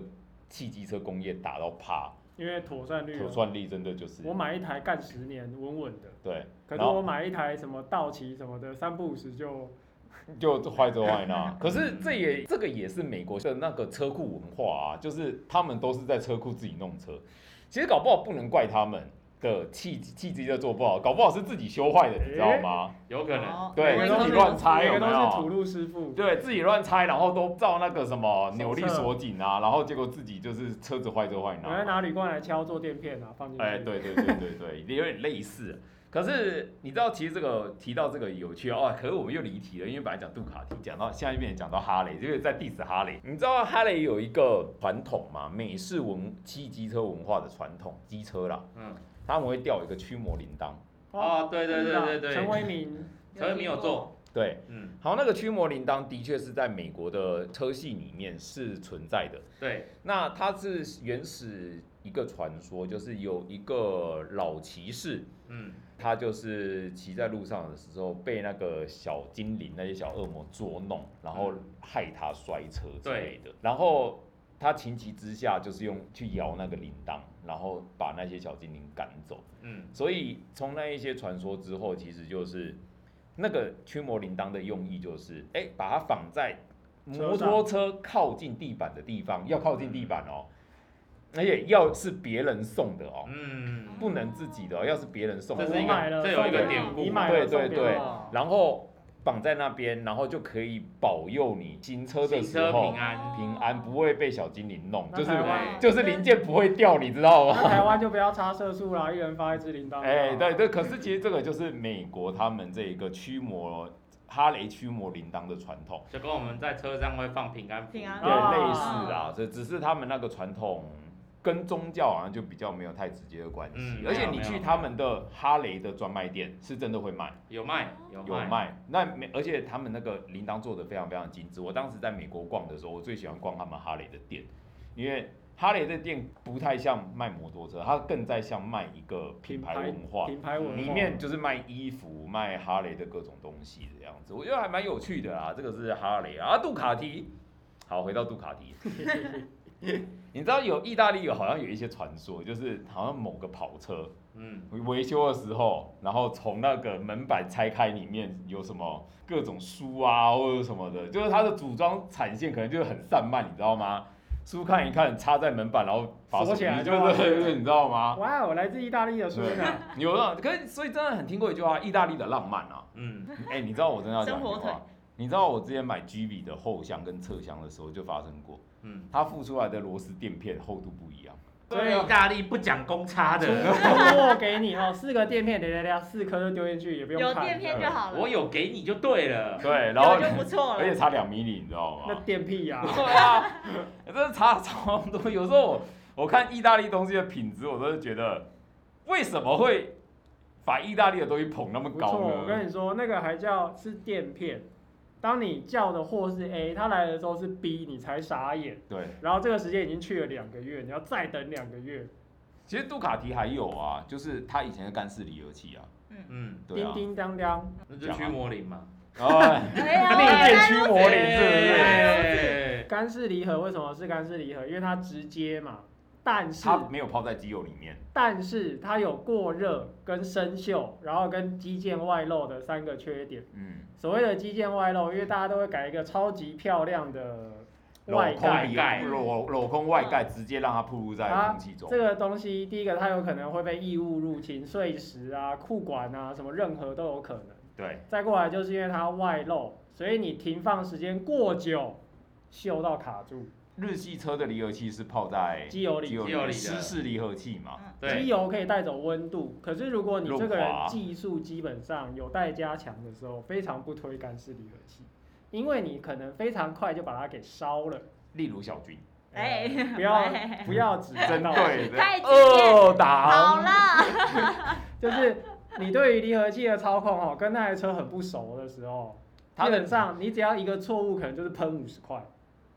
Speaker 1: 汽机车工业打到趴？
Speaker 2: 因为妥善率啊。
Speaker 1: 妥善率真的就是
Speaker 2: 我买一台干十年，稳稳的。
Speaker 1: 对，
Speaker 2: 可
Speaker 1: 然
Speaker 2: 是
Speaker 1: 后
Speaker 2: 我买一台什么道奇什么的，三不五时就
Speaker 1: 就坏着坏 呢。可是
Speaker 2: 嗯
Speaker 1: 这也这个也是美国的那个车库文化啊，就是他们都是在车库自己弄车。其实搞不好不能怪他们的气气机车做不好，搞不好是自己修坏的，你知道吗？
Speaker 4: 有可能。
Speaker 3: 哦
Speaker 1: 对
Speaker 3: 我
Speaker 2: 每
Speaker 3: 以
Speaker 2: 个
Speaker 3: 为
Speaker 1: 自
Speaker 2: 都是
Speaker 1: 己乱拆有
Speaker 2: 每个
Speaker 1: 没有
Speaker 2: 都是土路师傅。
Speaker 1: 对自己乱拆，然后都照那个什么
Speaker 2: 手册
Speaker 1: 扭力锁紧啊，然后结果自己就是车子坏着坏
Speaker 2: 我在
Speaker 1: 呢。
Speaker 2: 拿铝罐来敲做垫片啊，放进去。
Speaker 1: 哎，对对对对对，有点类似。啊可是你知道，其实这个提到这个有趣哦，可是我们又离题了，因为本来讲杜卡迪，讲到现在变成讲到哈雷，就是在 diss 哈雷。你知道哈雷有一个传统嘛，美式文骑机车文化的传统，机车啦，
Speaker 4: 嗯。
Speaker 1: 他们会吊一个驱魔铃铛。
Speaker 2: 哦，
Speaker 4: 哦，对对对对对。
Speaker 2: 陈为民
Speaker 4: 车迷有做，
Speaker 1: 对，
Speaker 4: 嗯，
Speaker 1: 好，那个驱魔铃铛的确是在美国的车系里面是存在的。
Speaker 4: 对，
Speaker 1: 那它是原始一个传说，就是有一个老骑士，
Speaker 4: 嗯，
Speaker 1: 他就是骑在路上的时候被那个小精灵、那些小恶魔捉弄，然后害他摔车之类的。然后他情急之下，就是用去摇那个铃铛，然后把那些小精灵赶走。
Speaker 4: 嗯，
Speaker 1: 所以从那一些传说之后，其实就是那个驱魔铃铛的用意，就是哎、把它绑在摩托车靠近地板的地方，要靠近地板哦，而且要是别人送的哦，
Speaker 4: 嗯，
Speaker 1: 不能自己的、哦，要是别人送的
Speaker 4: 这
Speaker 1: 哦，
Speaker 4: 是一
Speaker 2: 我买了
Speaker 4: 个，这有一个
Speaker 3: 送给
Speaker 4: 典故，
Speaker 2: 你买
Speaker 1: 对
Speaker 2: 了
Speaker 1: 对
Speaker 2: 送给我
Speaker 1: 对
Speaker 3: 哦
Speaker 1: 然后绑在那边，然后就可以保佑你行车的
Speaker 4: 行
Speaker 1: 时
Speaker 4: 车
Speaker 1: 候
Speaker 4: 平安，
Speaker 1: 平安，不会被小精灵弄，
Speaker 2: 那
Speaker 1: 就是
Speaker 2: 台
Speaker 4: 湾
Speaker 1: 就是零件不会掉，你知道 吗？
Speaker 2: 那台湾就不要插色素啦，一人发一支铃铛。
Speaker 1: 哎、对，对，可是其实这个就是美国他们这一个驱魔哈雷驱魔铃铛的传统，
Speaker 4: 就跟我们在车上会放平安符
Speaker 3: 平安
Speaker 1: 对，
Speaker 2: 符哦
Speaker 1: 类似啦，这只是他们那个传统跟宗教好像就比较没有太直接的关系，
Speaker 4: 嗯
Speaker 1: 而且
Speaker 4: 没有
Speaker 1: 你
Speaker 4: 没
Speaker 1: 去
Speaker 4: 有
Speaker 1: 他们的哈雷的专卖店是真的会卖，
Speaker 4: 有卖有
Speaker 1: 有
Speaker 4: 卖，
Speaker 1: 卖，那每而且他们那个铃铛做的非常非常精致，我当时在美国逛的时候，我最喜欢逛他们哈雷的店，因为。哈雷的店不太像卖摩托车，它更在像卖一个品
Speaker 2: 品
Speaker 1: 牌
Speaker 2: 牌
Speaker 1: 文化。
Speaker 2: 品牌文化
Speaker 1: 里面就是卖衣服、卖哈雷的各种东西这样子，我觉得还蛮有趣的啦。这个是哈雷啊，杜卡迪。好，回到杜卡 迪，你知道有意大利有好像有一些传说，就是好像某个跑车
Speaker 4: 嗯，
Speaker 1: 维修的时候，然后从那个门板拆开，里面有什么各种书啊或者什么的，就是它的组装产线可能就是很散漫，你知道吗？书看一看，插在门板，然后把
Speaker 2: 锁起来
Speaker 1: 就
Speaker 2: 就好
Speaker 1: 是对对，你知道吗？
Speaker 2: 哇哦，来自意大利的书呢，
Speaker 1: 有啊，可是所以真的很听过一句话，意大利的浪漫 啊。
Speaker 4: 嗯，
Speaker 1: 哎、你知道我真的要讲一句
Speaker 3: 生火腿
Speaker 1: 话，你知道我之前买 GB 的后箱跟侧箱的时候就发生过，
Speaker 4: 嗯，
Speaker 1: 它附出来的螺丝垫片厚度不一样。
Speaker 4: 所以意大利不讲公差的，
Speaker 2: 啊出货给你哦，四个垫片，哒哒哒，四颗就丢进去，也不
Speaker 3: 有
Speaker 2: 用
Speaker 3: 垫
Speaker 2: 看。
Speaker 3: 片就好了，
Speaker 4: 我有给你就对了，
Speaker 1: 对，然后
Speaker 3: 有就不错
Speaker 1: 而且
Speaker 3: 了。
Speaker 1: 差两米米，你知道
Speaker 2: 那
Speaker 1: 吗？
Speaker 2: 垫屁呀、
Speaker 1: 对啊， 真的差超多。有时候我我看意大利东西的品质，我都是觉得为什么会把意大利的东西捧那么
Speaker 2: 不
Speaker 1: 高
Speaker 2: 错，我
Speaker 1: 呢？
Speaker 2: 跟你说，那个还叫是垫片。当你叫的货是 A，他来的时候是 B，你才傻眼。
Speaker 1: 对，
Speaker 2: 然后这个时间已经去了两个月，你要再等两个月。
Speaker 1: 其实杜卡迪还有啊，就是他以前的干式离合器啊，
Speaker 4: 嗯，
Speaker 1: 对
Speaker 2: 叮
Speaker 1: 啊，
Speaker 2: 叮当当，
Speaker 4: 那就驱魔铃嘛，
Speaker 1: 哎
Speaker 3: 哎呀
Speaker 1: 那你电驱
Speaker 2: 啊
Speaker 1: 魔铃是不是？
Speaker 4: 是？
Speaker 2: 干式离合为什么是干式离合？因为它直接嘛。但是
Speaker 1: 它没有泡在机油里面，
Speaker 2: 但是它有过热、跟生锈，然后跟肌腱外露的三个缺点。
Speaker 1: 嗯，
Speaker 2: 所谓的肌腱外露，因为大家都会改一个超级漂亮的外
Speaker 1: 嗯镂空
Speaker 2: 盖嗯啊
Speaker 1: 里，
Speaker 4: 盖
Speaker 1: 镂镂空外盖直接让它暴露在空气中
Speaker 2: 这。个东西，第一个它有可能会被异物入侵，碎石啊、裤管啊，什么任何都有可能。
Speaker 1: 对，
Speaker 2: 再过来就是因为它外露，所以你停放时间过久，锈到卡住。
Speaker 1: 日系车的离合器是泡在
Speaker 2: 机油里嗯
Speaker 4: 机油里的
Speaker 1: 湿式离合器嘛，
Speaker 4: 对
Speaker 2: 机油可以带走温度，可是如果你这个人
Speaker 1: 润滑
Speaker 2: 技术基本上有待加强的时候，非常不推干式离合器，因为你可能非常快就把它给烧了。
Speaker 1: 例如小军，
Speaker 3: 哎
Speaker 2: 呃不要不要只
Speaker 1: 针
Speaker 2: 针嗯到我，
Speaker 1: 对哦
Speaker 3: 太
Speaker 1: 的
Speaker 3: 直接
Speaker 1: 二
Speaker 3: 好
Speaker 1: 档，
Speaker 3: 啦，
Speaker 2: 就是你对于离合器的操控哦，跟那台车很不熟的时候，
Speaker 1: 它
Speaker 2: 基
Speaker 1: 的
Speaker 2: 本上你只要一个错误，可能就是喷五十块，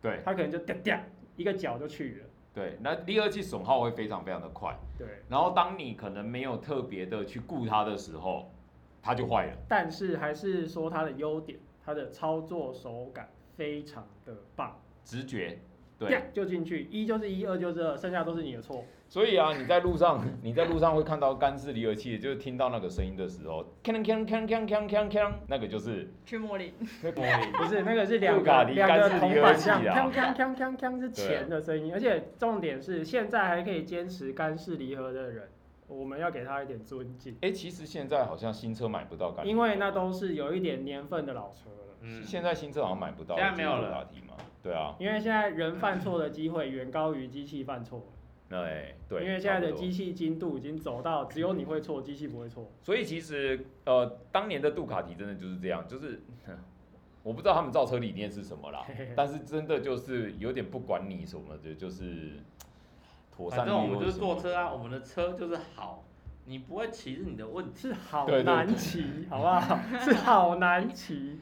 Speaker 1: 对
Speaker 2: 它可能就掉掉一个脚就去了。
Speaker 1: 对，那离合器损耗会非常非常的快，
Speaker 2: 对，
Speaker 1: 然后当你可能没有特别的去顾它的时候，它就坏了。
Speaker 2: 但是还是说它的优点，它的操作手感非常的棒。
Speaker 1: 直觉，对
Speaker 2: 啪，就进去，一就是一，二就是二，剩下都是你的错。
Speaker 1: 所以啊，你在路上，你在路上会看到干式离合器，就是听到那个声音的时候，锵锵锵锵锵锵锵，那个就是
Speaker 3: 驱魔铃，
Speaker 4: 驱魔铃，
Speaker 2: 不是那个是两
Speaker 1: 杜卡
Speaker 2: 个
Speaker 1: 迪
Speaker 2: 两
Speaker 1: 干
Speaker 2: 个
Speaker 1: 式
Speaker 2: 铜
Speaker 1: 离合
Speaker 2: 板
Speaker 1: 器
Speaker 2: 上，
Speaker 1: 啊
Speaker 2: 锵锵锵锵锵是钱的声音，而且重点是现在还可以坚持干式离合的人，我们要给他一点尊敬，
Speaker 1: 哎、其实现在好像新车买不到感，
Speaker 2: 因为那都是有一点年份的老车了。
Speaker 4: 嗯，
Speaker 1: 现在新车好像买不到，
Speaker 4: 现在没有了
Speaker 1: 杜卡迪嘛？对啊，
Speaker 2: 因为现在人犯错的机会远高于机器犯错，
Speaker 1: 对对，
Speaker 2: 因为现
Speaker 1: 差
Speaker 2: 在的
Speaker 1: 不多
Speaker 2: 机，器精度已经走到只有你会错，机器不会错。
Speaker 1: 所以其实呃，当年的杜卡迪真的就是这样，就是 哼我不知道他们造车理念是什么 啦
Speaker 2: 嘿嘿嘿，
Speaker 1: 但是真的就是有点不管你什么的，就是妥善
Speaker 4: 反
Speaker 1: 利
Speaker 4: 正我
Speaker 1: 用。
Speaker 4: 们就是坐车啊，我们的车就是好，你不会骑是你的问题，
Speaker 2: 是好
Speaker 1: 对对对
Speaker 2: 难骑，好不好？ 是好难骑。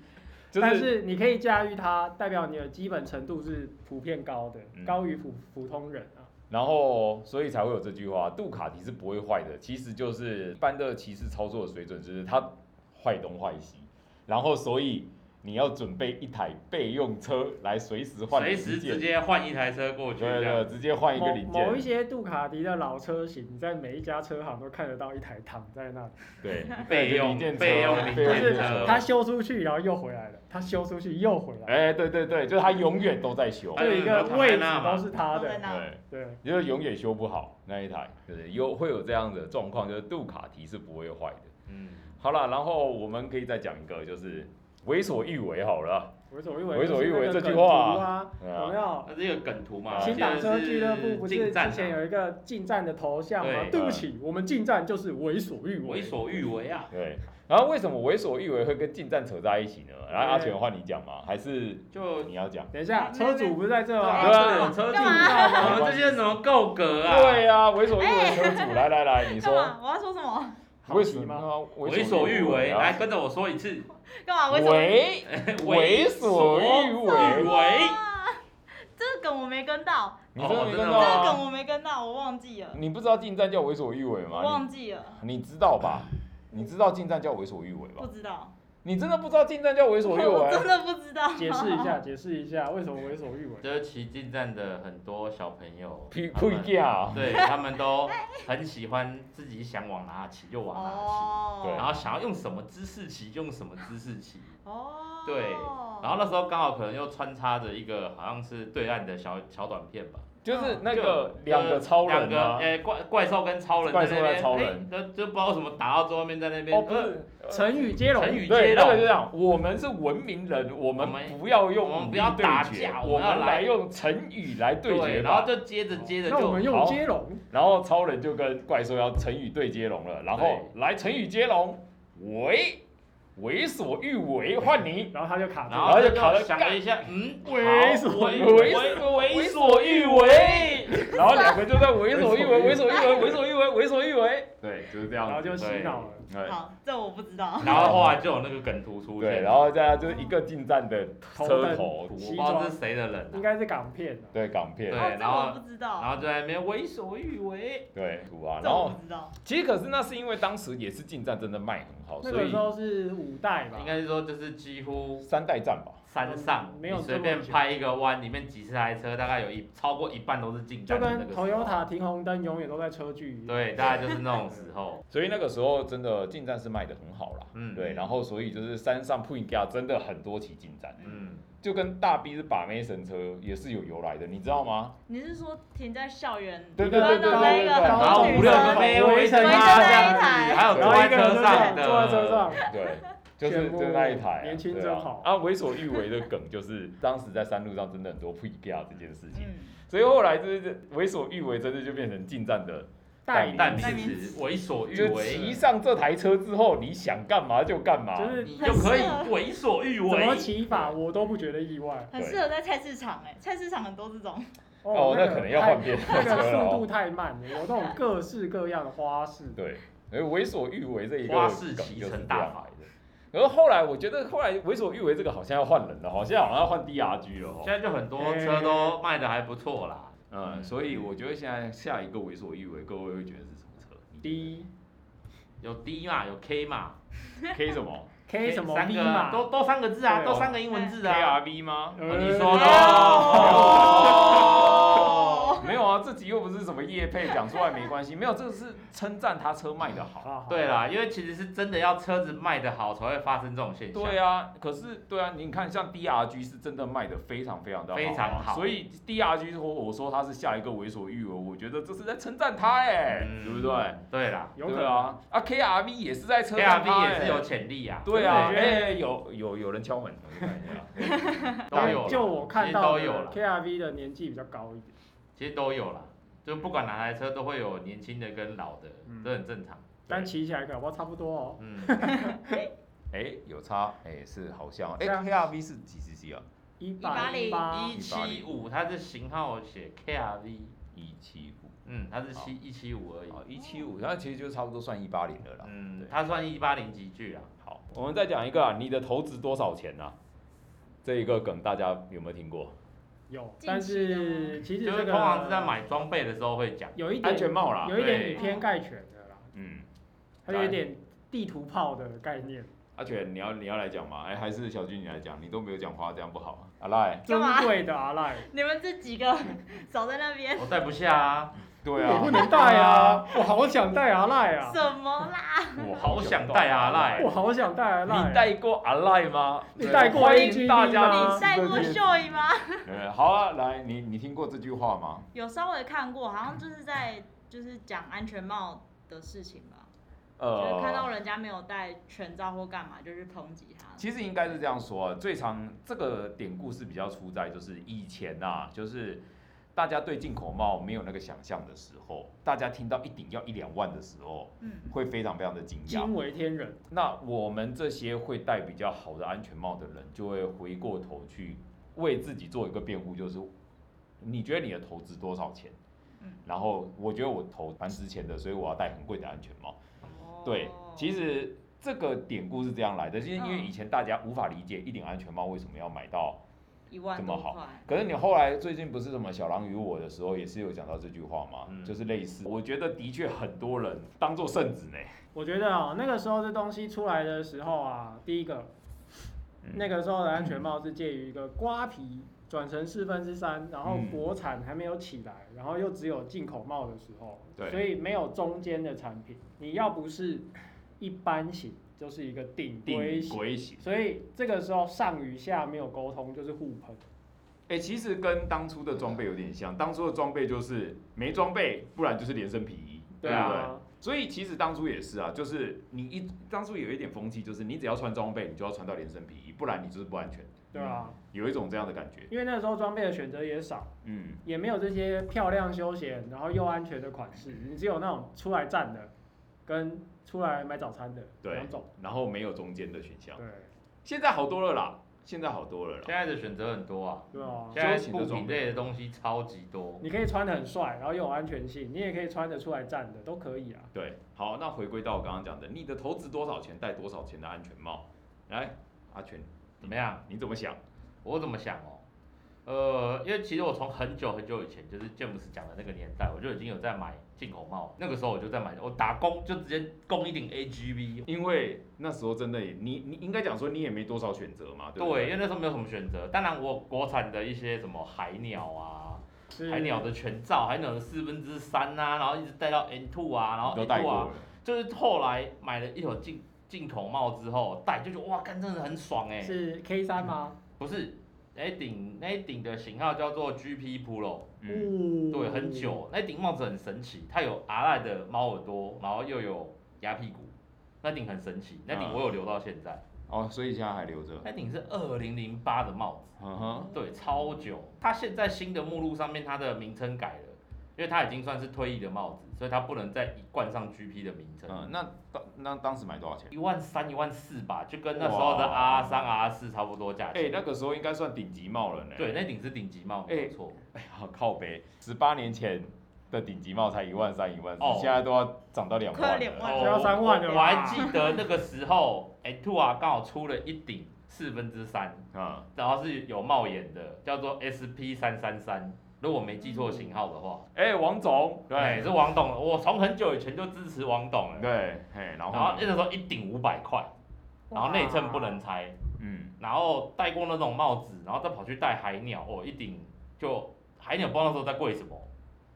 Speaker 1: 就
Speaker 2: 但
Speaker 1: 是
Speaker 2: 是你可以驾驭它，代表你的基本程度是普遍高的，
Speaker 1: 嗯
Speaker 2: 高于普普通人啊。
Speaker 1: 然后所以才会有这句话，杜卡迪是不会坏的，其实就是一般的骑士操作的水准，就是它坏东坏西，然后所以你要准备一台备用车来随时换
Speaker 4: 随
Speaker 1: 零
Speaker 4: 时直
Speaker 1: 件，
Speaker 4: 接换一台车过去
Speaker 1: 对
Speaker 4: 这
Speaker 1: 对，
Speaker 4: 样。
Speaker 1: 直接换一个零
Speaker 2: 某某一
Speaker 1: 件，
Speaker 2: 些杜卡迪的老车型，你在每一家车行都看得到一台躺在那里，
Speaker 1: 对，
Speaker 4: 备用
Speaker 1: 零件车
Speaker 4: 备用零
Speaker 1: 备
Speaker 2: 就
Speaker 1: 用
Speaker 4: 件
Speaker 1: 零
Speaker 2: 是
Speaker 1: 件
Speaker 4: 车
Speaker 2: 他修出去然后又回来了，他修出去又回来，
Speaker 1: 哎，对对对，就是它永远都在修
Speaker 4: 哎，
Speaker 2: 就一个位置
Speaker 1: 哎
Speaker 2: 都是他
Speaker 3: 都
Speaker 2: 的，
Speaker 3: 在那。
Speaker 1: 对。
Speaker 2: 对，
Speaker 1: 因为永远修不好那一台，对不对？有会有这样的状况，就是杜卡迪是不会坏的。
Speaker 4: 嗯，
Speaker 1: 好了，然后我们可以再讲一个，就是为所欲为好了。
Speaker 2: 为所欲为，
Speaker 1: 为所欲为
Speaker 2: 就是那
Speaker 1: 这
Speaker 2: 个
Speaker 1: 句话
Speaker 2: 梗图啊，
Speaker 1: 对啊
Speaker 2: 有没有？
Speaker 4: 那是啊一个梗图嘛，
Speaker 2: 新港车俱乐部不是
Speaker 4: 进
Speaker 2: 之
Speaker 4: 站
Speaker 2: 前
Speaker 4: 啊
Speaker 2: 有一个进站的头像吗？
Speaker 4: 对
Speaker 2: 对不起，我们进站就是为所欲为。
Speaker 4: 为所欲为啊，
Speaker 1: 对，然后为什么为所欲为会跟进站扯在一起呢？然后阿全换你讲嘛，还是
Speaker 4: 就
Speaker 1: 你要讲？
Speaker 2: 等一下，车主不是在这哦
Speaker 1: 对
Speaker 2: 吗？
Speaker 1: 啊
Speaker 4: 有车主
Speaker 3: 干
Speaker 1: 嘛
Speaker 4: 我们这些人怎么够格啊？
Speaker 1: 对呀，为所欲为车主，来来来，你
Speaker 3: 哎干
Speaker 1: 说
Speaker 3: 嘛？我要说什么？
Speaker 1: 为什
Speaker 2: 好奇吗
Speaker 1: 么
Speaker 4: 为所欲为，
Speaker 1: 啊
Speaker 4: 来跟着我说一 次，
Speaker 3: 干嘛？为什么？
Speaker 1: 为为所欲
Speaker 4: 为
Speaker 1: 为？
Speaker 3: 啊这个梗我没跟到，
Speaker 1: 你真的没
Speaker 4: 哦真的
Speaker 1: 跟
Speaker 3: 这
Speaker 1: 到
Speaker 3: 个
Speaker 4: 吗
Speaker 1: 啊？
Speaker 3: 梗我没跟到，我忘记了，
Speaker 1: 你不知道进站叫为所欲为
Speaker 3: 我
Speaker 1: 吗？
Speaker 3: 忘记了，
Speaker 1: 你你知道吧？你知道进站叫为所欲为吧
Speaker 3: 不？知道，
Speaker 1: 你真的不知道进站叫为所欲
Speaker 3: 我真
Speaker 1: 为？
Speaker 3: 的不知道。
Speaker 2: 解释一下，解释一下，为什么为所欲为？
Speaker 4: 就是骑进站的很多小朋友，
Speaker 1: 屁
Speaker 4: 他们
Speaker 1: 屁呀！
Speaker 4: 对他们都很喜欢自己想往哪骑就往哪骑，然
Speaker 3: 哦
Speaker 4: 后想要用什么姿势骑用什么姿势骑，
Speaker 3: 哦，
Speaker 4: 对然后那时候刚好可能又穿插着一个好像是对岸的小小短片吧，
Speaker 1: 就是那
Speaker 4: 就
Speaker 1: 个
Speaker 4: 就
Speaker 1: 两个超
Speaker 4: 两
Speaker 1: 人
Speaker 4: 个
Speaker 1: 啊，
Speaker 4: 哎怪怪兽跟超人
Speaker 1: 怪兽
Speaker 4: 在那
Speaker 1: 跟
Speaker 4: 边
Speaker 1: 超
Speaker 4: 哎
Speaker 1: 人
Speaker 4: 就就不知道为什么打到最后面在那边，
Speaker 1: 哦不
Speaker 4: 呃
Speaker 1: 是，
Speaker 2: 成语接龙，
Speaker 4: 成语
Speaker 1: 呃对，
Speaker 4: 接
Speaker 1: 那
Speaker 4: 龙
Speaker 1: 个就这样，我们是文明人，我
Speaker 4: 我
Speaker 1: 们
Speaker 4: 们
Speaker 1: 不要用
Speaker 4: 我们
Speaker 1: 武
Speaker 4: 不
Speaker 1: 力
Speaker 4: 要
Speaker 1: 对
Speaker 4: 打
Speaker 1: 决
Speaker 4: 架我
Speaker 1: 我
Speaker 4: 们要
Speaker 1: 们
Speaker 4: 来
Speaker 1: 来用成语来对决
Speaker 4: 然后
Speaker 1: 吧。
Speaker 4: 就接着接着
Speaker 2: 那我
Speaker 4: 就
Speaker 2: 们
Speaker 1: 好
Speaker 2: 用接龙，
Speaker 1: 然后超人就跟怪兽要成语对接龙了，然后来成语接龙，为为所欲为，换你
Speaker 2: 然后他就卡住
Speaker 4: 然
Speaker 2: 了。
Speaker 4: 后
Speaker 1: 然后
Speaker 4: 就
Speaker 1: 就考了
Speaker 4: 想了一下，嗯，好
Speaker 2: 为所
Speaker 4: 为
Speaker 1: 为
Speaker 4: 为
Speaker 1: 为
Speaker 4: 为
Speaker 1: 所
Speaker 4: 所
Speaker 1: 欲
Speaker 4: 欲
Speaker 1: 为
Speaker 4: 为，
Speaker 1: 然后两个就在为所欲为，为
Speaker 2: 为
Speaker 1: 所欲为，为所欲为，为所欲为。对，就是这样
Speaker 2: 然后
Speaker 1: 子。
Speaker 2: 就洗脑了。
Speaker 1: 对
Speaker 3: 好，这我不知道。
Speaker 4: 然后后来就有那个梗图出现，
Speaker 1: 哎对，然后大家就是一个进站的车头
Speaker 4: 我，不
Speaker 2: 西
Speaker 4: 知道
Speaker 2: 装
Speaker 4: 是谁的人
Speaker 2: 应
Speaker 4: 啊，
Speaker 2: 该是港片的。
Speaker 1: 对港片，
Speaker 4: 对
Speaker 3: 哦这
Speaker 4: 然后
Speaker 3: 我不知道，
Speaker 4: 然后就在那边为所欲为，
Speaker 1: 对图啊，
Speaker 3: 这
Speaker 1: 然
Speaker 3: 我
Speaker 1: 后
Speaker 3: 不知道。
Speaker 1: 其实可是那是因为当时也是进站真的卖很好，
Speaker 2: 那
Speaker 1: 所
Speaker 2: 个
Speaker 1: 以
Speaker 2: 时候是五代吧
Speaker 4: 应，该是说就是几乎
Speaker 1: 三代站吧，
Speaker 4: 山上，
Speaker 2: 嗯没有
Speaker 4: 你随便拍一个弯，里面几十台车，大概有一超过一半都是进
Speaker 2: 就
Speaker 4: 站的那
Speaker 2: 跟
Speaker 4: 个时候。
Speaker 2: Toyota 停红灯永远都在车距一样。
Speaker 4: 对，大概就是那种时 候，
Speaker 1: 所以那个时候真的进站是卖的很好啦。
Speaker 4: 嗯，
Speaker 1: 对，然后所以就是山上 p u i n g a 真的很多起进站，
Speaker 4: 嗯，
Speaker 1: 就跟大 B 是把妹神车也是有由来的，你知道吗？
Speaker 3: 你是说停在校园？
Speaker 1: 对对对对对对对
Speaker 3: 然
Speaker 4: 然后
Speaker 3: 后
Speaker 4: 五
Speaker 3: 女
Speaker 4: 六
Speaker 3: 生
Speaker 4: 个妹围
Speaker 2: 围
Speaker 4: 着
Speaker 2: 着
Speaker 4: 他这
Speaker 3: 那
Speaker 4: 样
Speaker 3: 一
Speaker 4: 子，
Speaker 3: 台
Speaker 4: 还有
Speaker 2: 然后
Speaker 4: 坐
Speaker 2: 一
Speaker 4: 在
Speaker 2: 个人
Speaker 4: 车
Speaker 2: 就这
Speaker 4: 上
Speaker 2: 样
Speaker 4: 的，
Speaker 2: 坐在车上，
Speaker 1: 对，就是
Speaker 2: 羡慕
Speaker 1: 就那一台啊，
Speaker 2: 年轻
Speaker 1: 对
Speaker 2: 真
Speaker 1: 啊
Speaker 2: 好
Speaker 1: 啊，为所欲为的梗就是当时在山路上真的很多 p u i n g a 这件事情。
Speaker 3: 嗯，
Speaker 1: 所以后来就是为所欲为，真的就变成进站的，
Speaker 2: 代
Speaker 4: 但
Speaker 2: 理
Speaker 4: 名词为所欲
Speaker 1: 就
Speaker 4: 为，
Speaker 1: 骑上这台车之后，你想干嘛就干嘛。
Speaker 2: 就是
Speaker 4: 你就可以为所欲
Speaker 2: 怎
Speaker 4: 为。
Speaker 2: 么骑法我都不觉得意外。
Speaker 3: 很
Speaker 1: 对
Speaker 3: 适合在菜市场哎，菜市场很多这种。
Speaker 1: 哦，那可能要换别的
Speaker 2: 那
Speaker 1: 车
Speaker 2: 个
Speaker 1: 了
Speaker 4: 啊
Speaker 2: 速度
Speaker 1: 哦。
Speaker 2: 太慢了，有那种各式各样的花式。
Speaker 1: 对，而为所欲为这一个
Speaker 4: 花式
Speaker 1: 梗
Speaker 4: 骑
Speaker 1: 就是
Speaker 4: 乘
Speaker 1: 这
Speaker 4: 大
Speaker 1: 样
Speaker 4: 法
Speaker 1: 来的。然后后来我觉得后来为所欲为这个好像要换人了，好像好像要换 DRG 了哦
Speaker 4: 现。在就很多车都卖的还不错啦。
Speaker 1: 嗯，所以我觉得现在下一个为所欲为，各位会觉得是什么车你
Speaker 2: ，D
Speaker 4: 有 D 嘛，有 K 嘛
Speaker 1: ？K 什么
Speaker 2: K 什么
Speaker 4: 三
Speaker 2: V
Speaker 4: 个
Speaker 2: 嘛，
Speaker 4: 都都三个字啊，
Speaker 2: 对
Speaker 4: 都三个英文字
Speaker 1: ？K
Speaker 4: 啊。
Speaker 1: R V 吗？
Speaker 2: 呃
Speaker 4: 哦你说的哦。
Speaker 3: 哦，
Speaker 1: 没有啊，这集又不是什么叶配，讲出来没关系。没有，这个是称赞他车卖的好。
Speaker 2: 好，好
Speaker 4: 对，啦，因为其实是真的要车子卖得好才会发生这种现象。
Speaker 1: 对啊，可是对啊，你看像 DRG 是真的卖的非常非常的好啊
Speaker 4: 非常好
Speaker 1: 所以 DRG 说我说他是下一个为所欲为，我觉得这是在称赞他哎、
Speaker 4: 嗯
Speaker 1: 对不对？？
Speaker 4: 对啦
Speaker 2: 有可
Speaker 1: 对
Speaker 2: 能
Speaker 1: 啊，啊 KRV 也是在称
Speaker 4: ，K
Speaker 1: 赞
Speaker 4: R
Speaker 1: 他、
Speaker 4: V
Speaker 1: 哎
Speaker 4: 也是有。潜力啊。
Speaker 1: 对啊，
Speaker 2: 真
Speaker 1: 哎
Speaker 2: 的、
Speaker 1: 有有有人敲门，我去看一 下
Speaker 4: 都有啦
Speaker 2: 就我看到
Speaker 4: 其实都有
Speaker 2: 的
Speaker 4: 啦
Speaker 2: KRV 的年纪比较高一点，
Speaker 4: 其实都有啦，就不管哪台车都会有年轻的跟老的，
Speaker 2: 嗯
Speaker 4: 这很正常。
Speaker 2: 但骑起来搞不好差不多哦。
Speaker 4: 嗯，
Speaker 1: 哎、有差，哎、是好像，哎、
Speaker 2: 这样
Speaker 1: KRV 是几 cc 啊？
Speaker 2: 一
Speaker 3: 180
Speaker 2: 八，
Speaker 4: 一七五它是型号写 K R V，
Speaker 1: 一七五，
Speaker 4: 嗯，它是七一七五而已。
Speaker 1: 好一七五，然后其实就差不多算一八零了啦。
Speaker 4: 嗯
Speaker 1: 对，
Speaker 4: 它算一八零级距啦。
Speaker 1: 好，我啊们再讲一个啊、你的投资多少钱呢、这一个梗大家有没有听过？
Speaker 2: 有，
Speaker 3: 近
Speaker 2: 但
Speaker 3: 期的吗
Speaker 2: 是其实
Speaker 4: 就
Speaker 2: 这
Speaker 4: 是
Speaker 2: 个
Speaker 4: 通常是在买装备的时候会讲，
Speaker 2: 有一点
Speaker 1: 安全帽啦，
Speaker 2: 有一点
Speaker 1: 对
Speaker 2: 以偏概全的啦，
Speaker 1: 嗯，
Speaker 2: 它有一点地图炮的概念。
Speaker 1: 阿全你要你要来讲吗？哎，还是小军你来讲，你都没有讲话，这样不好。啊阿赖，
Speaker 2: 珍
Speaker 3: 干嘛
Speaker 2: 贵的阿赖，
Speaker 3: 你们这几个 少在那边
Speaker 4: 我戴不下啊，
Speaker 2: 嗯
Speaker 1: 对
Speaker 2: 我
Speaker 1: 啊
Speaker 2: 不，能带啊，我好想带阿赖啊，
Speaker 3: 什么啦？
Speaker 1: 我
Speaker 4: 好想带阿赖
Speaker 2: 我好想带阿赖。啊
Speaker 1: 你带过阿赖吗？
Speaker 2: 你带过啊
Speaker 1: 欢
Speaker 2: AGD
Speaker 1: 迎大家
Speaker 2: 吗
Speaker 3: 你带过秀姨吗？
Speaker 1: 呃，好啊，来，你你听过这句话吗？
Speaker 3: 有稍微看过，好像就是在就是讲安全帽的事情吧，就是看到
Speaker 1: 呃，
Speaker 3: 人家没有戴全罩或干嘛，就去抨击他。
Speaker 1: 其实应该是这样说啊，最常这个典故是比较出在就是以前啊，就是大家对进口帽没有那个想象的时候，大家听到一顶要一两万的时候，
Speaker 3: 嗯，
Speaker 1: 会非常非常的惊讶。
Speaker 2: 惊为天人，
Speaker 1: 那我们这些会戴比较好的安全帽的人，就会回过头去为自己做一个辩护，就是你觉得你的投资多少钱？
Speaker 3: 嗯
Speaker 1: 然后我觉得我投蛮值钱的，所以我要戴很贵的安全帽。
Speaker 3: 哦
Speaker 1: 对，其实这个典故是这样来的，就是因为
Speaker 3: 嗯
Speaker 1: 以前大家无法理解一顶安全帽为什么要买到
Speaker 3: 一万
Speaker 1: 这么
Speaker 3: 多
Speaker 1: 好
Speaker 3: 块，
Speaker 1: 可是你后来最近不是什么小狼与我的时候，也是有讲到这句话嘛，
Speaker 4: 嗯
Speaker 1: 就是类似，我觉得的确很多人当做圣旨呢。
Speaker 2: 我觉得啊、那个时候这东西出来的时候啊，第一个，那个时候的安全帽是介于一个瓜皮转成四分之三，然后
Speaker 1: 嗯
Speaker 2: 国产还没有起来，然后又只有进口帽的时候，
Speaker 1: 对
Speaker 2: 所以没有中间的产品，你要不是一般型，就是一个顶
Speaker 1: 定
Speaker 2: 规型。
Speaker 1: 规型。
Speaker 2: 所以这个时候上与下没有沟通，就是互喷。
Speaker 1: 哎、其实跟当初的装备有点像，当初的装备就是没装备，不然就是连身皮衣，
Speaker 2: 对
Speaker 1: 不对？
Speaker 2: 啊，
Speaker 1: 所以其实当初也是啊，就是你一当初有一点风气，就是你只要穿装备，你就要穿到连身皮衣，不然你就是不安全，
Speaker 2: 对啊，
Speaker 1: 有一种这样的感觉。
Speaker 2: 因为那时候装备的选择也少，
Speaker 1: 嗯，
Speaker 2: 也没有这些漂亮休闲，然后又安全的款式，你只有那种出来站的，跟出来买早餐的
Speaker 1: 对
Speaker 2: 两种。
Speaker 1: 然后没有中间的选项。
Speaker 2: 对，
Speaker 1: 现在好多了啦，现在好多了
Speaker 4: 现
Speaker 1: 啦。
Speaker 4: 在的选择很多啊，
Speaker 2: 对啊。
Speaker 4: 现在布品类的东西超级多，
Speaker 2: 你可以穿的很帅，然后又有安全性，你也可以穿得出来站的，都可以啊。
Speaker 1: 对，好，那回归到我刚刚讲的，你的投资多少钱，戴多少钱的安全帽？来，阿全，
Speaker 4: 怎么样？
Speaker 1: 你怎么想？
Speaker 4: 我怎么想哦？呃，因为其实我从很久很久以前，就是詹姆斯讲的那个年代，我就已经有在买进口帽了。那个时候我就在买，我打工就直接供一顶 AGV。
Speaker 1: 因为那时候真的也，你你应该讲说你也没多少选择嘛，对不
Speaker 4: 对，因
Speaker 1: 对？
Speaker 4: 为那时候没有什么选择。当然，我有国产的一些什么海鸟啊，
Speaker 1: 嗯
Speaker 2: 是
Speaker 4: 海鸟的全罩，海鸟的四分之三啊，然后一直戴到 N two 啊，然后
Speaker 1: 都
Speaker 4: N
Speaker 1: 戴
Speaker 4: two
Speaker 1: 过
Speaker 4: 啊，
Speaker 1: 了。
Speaker 4: 就是后来买了一头进进口帽之后戴，就觉得哇，干真的很爽哎、
Speaker 2: 是 K 三吗？
Speaker 4: 不是，那一顶那一顶的型号叫做 GP Pro，
Speaker 1: 嗯，
Speaker 2: 嗯
Speaker 4: 对，很。久。那顶帽子很神奇，它有阿赖的猫耳朵，然后又有鸭屁股，那顶很神奇。那顶
Speaker 1: 嗯
Speaker 4: 我有留到现在，
Speaker 1: 哦，所以现在还留着。
Speaker 4: 那顶是二零零八的帽子，
Speaker 1: 嗯哼，
Speaker 4: 对，超久。它现在新的目录上面它的名称改了，因为它已经算是退役的帽子，所以它不能再冠上 GP 的名称。
Speaker 1: 嗯，那当那当时买多少钱？
Speaker 4: 一万三、一万四吧，就跟那时候的 R 三、R 四差不多价
Speaker 1: 哎、
Speaker 4: 钱。
Speaker 1: 那个时候应该算顶级帽了呢。
Speaker 4: 对，，那顶是顶级帽，没有错。
Speaker 1: 哎呀，靠北，十八年前的顶级帽才一万三、一万四、
Speaker 4: 哦
Speaker 1: 现在都要涨到两
Speaker 3: 快
Speaker 1: 万
Speaker 3: 两
Speaker 1: 了。
Speaker 3: 万
Speaker 2: 就要哦三万了啦
Speaker 4: 我还记得那个时候，哎、t w o 啊刚好出了一顶四分之三，
Speaker 1: 嗯，
Speaker 4: 然后是有帽檐的，叫做 SP 三三三，如果我没记错型号的
Speaker 2: 嗯
Speaker 4: 话。
Speaker 1: 哎、王总，
Speaker 4: 对，
Speaker 1: 对
Speaker 4: 是王董，我从很久以前就支持王董了。
Speaker 1: 对，嘿，然后
Speaker 4: 然后
Speaker 1: 呢
Speaker 4: 那个时候一顶五百块，然后内衬不能
Speaker 2: 哇。
Speaker 4: 拆，
Speaker 1: 嗯，
Speaker 4: 然后戴过那种帽子，然后再跑去戴海鸟，哦，一顶就海鸟不知道那时候在贵什么，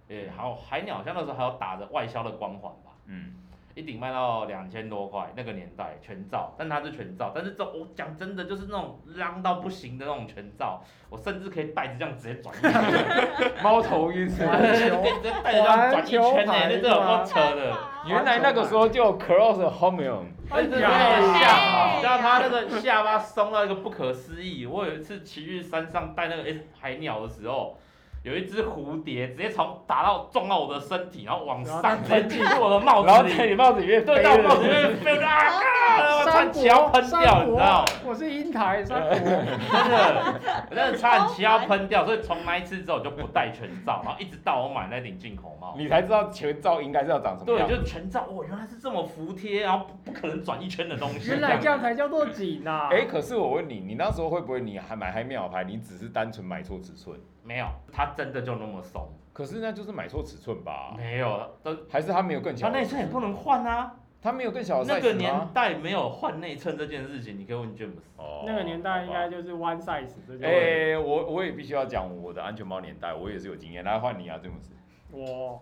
Speaker 4: 诶、还有海鸟好像那时候还有打着外销的光环吧，
Speaker 1: 嗯，
Speaker 4: 一顶卖到两千多块，那个年代全罩，但它是全罩，但是这我讲真的就是那种浪到不行的那种全罩，我甚至可以带着这样直接转一圈，
Speaker 1: 猫头鹰是不是
Speaker 2: 环球
Speaker 4: 直接带着这样转一圈
Speaker 2: 环球
Speaker 4: 呢、
Speaker 2: 牌
Speaker 4: 那这有够扯的。
Speaker 1: 原来那个时候就有 Cross Homium，
Speaker 4: 而且真的
Speaker 2: 哎呀
Speaker 4: 下巴，你知道他那个下巴松到一个不可思议。我有一次骑去山上带那个 S 海鸟的时候，有一只蝴蝶直接从打到撞到我的身体，然后往
Speaker 2: 然
Speaker 4: 上
Speaker 2: 后
Speaker 4: 直接进入我的帽
Speaker 1: 然后
Speaker 4: 子
Speaker 1: 在
Speaker 4: 里，
Speaker 1: 你帽子里面飞
Speaker 4: 对，到我帽子里
Speaker 1: 了。
Speaker 4: 面飞，我就啊！啊我
Speaker 2: 杀
Speaker 4: 差
Speaker 2: 山
Speaker 4: 点气要
Speaker 2: 伯，
Speaker 4: 喷
Speaker 2: 山
Speaker 4: 掉，你知道
Speaker 2: 伯？，我是英台山 伯，
Speaker 4: 真的，我真的差点气要喷掉，所以从那一次之后我就不戴全罩，然后一直到我买那顶进口帽。
Speaker 1: 你才知道全罩应该是要长什么
Speaker 4: 对，
Speaker 1: 样。
Speaker 4: 就是全罩，哦，原来是这么服帖，然后不不可能转一圈的东西。
Speaker 2: 原来这样才叫做紧呐。
Speaker 1: 哎、可是我问你，你那时候会不会你还买还没有牌，你只是单纯买错尺寸？
Speaker 4: 没有，它真的就那么松，
Speaker 1: 可是那就是买错尺寸吧？
Speaker 4: 没有，都
Speaker 1: 还是它没有更小
Speaker 4: 它
Speaker 1: 的？
Speaker 4: 内衬哦也不能换啊。
Speaker 1: 它没有更小的
Speaker 4: 那个
Speaker 1: size
Speaker 4: 年
Speaker 1: 吗？
Speaker 4: 代没有换内衬这件事情，你可以问 James。
Speaker 1: 哦
Speaker 2: 那个年代应该
Speaker 1: 好吧
Speaker 2: 就是 one size 这
Speaker 1: 哎、
Speaker 2: 件事。
Speaker 1: 我我也必须要讲我的安全帽年代，我也是有经验。来换你啊，詹姆斯。
Speaker 2: 我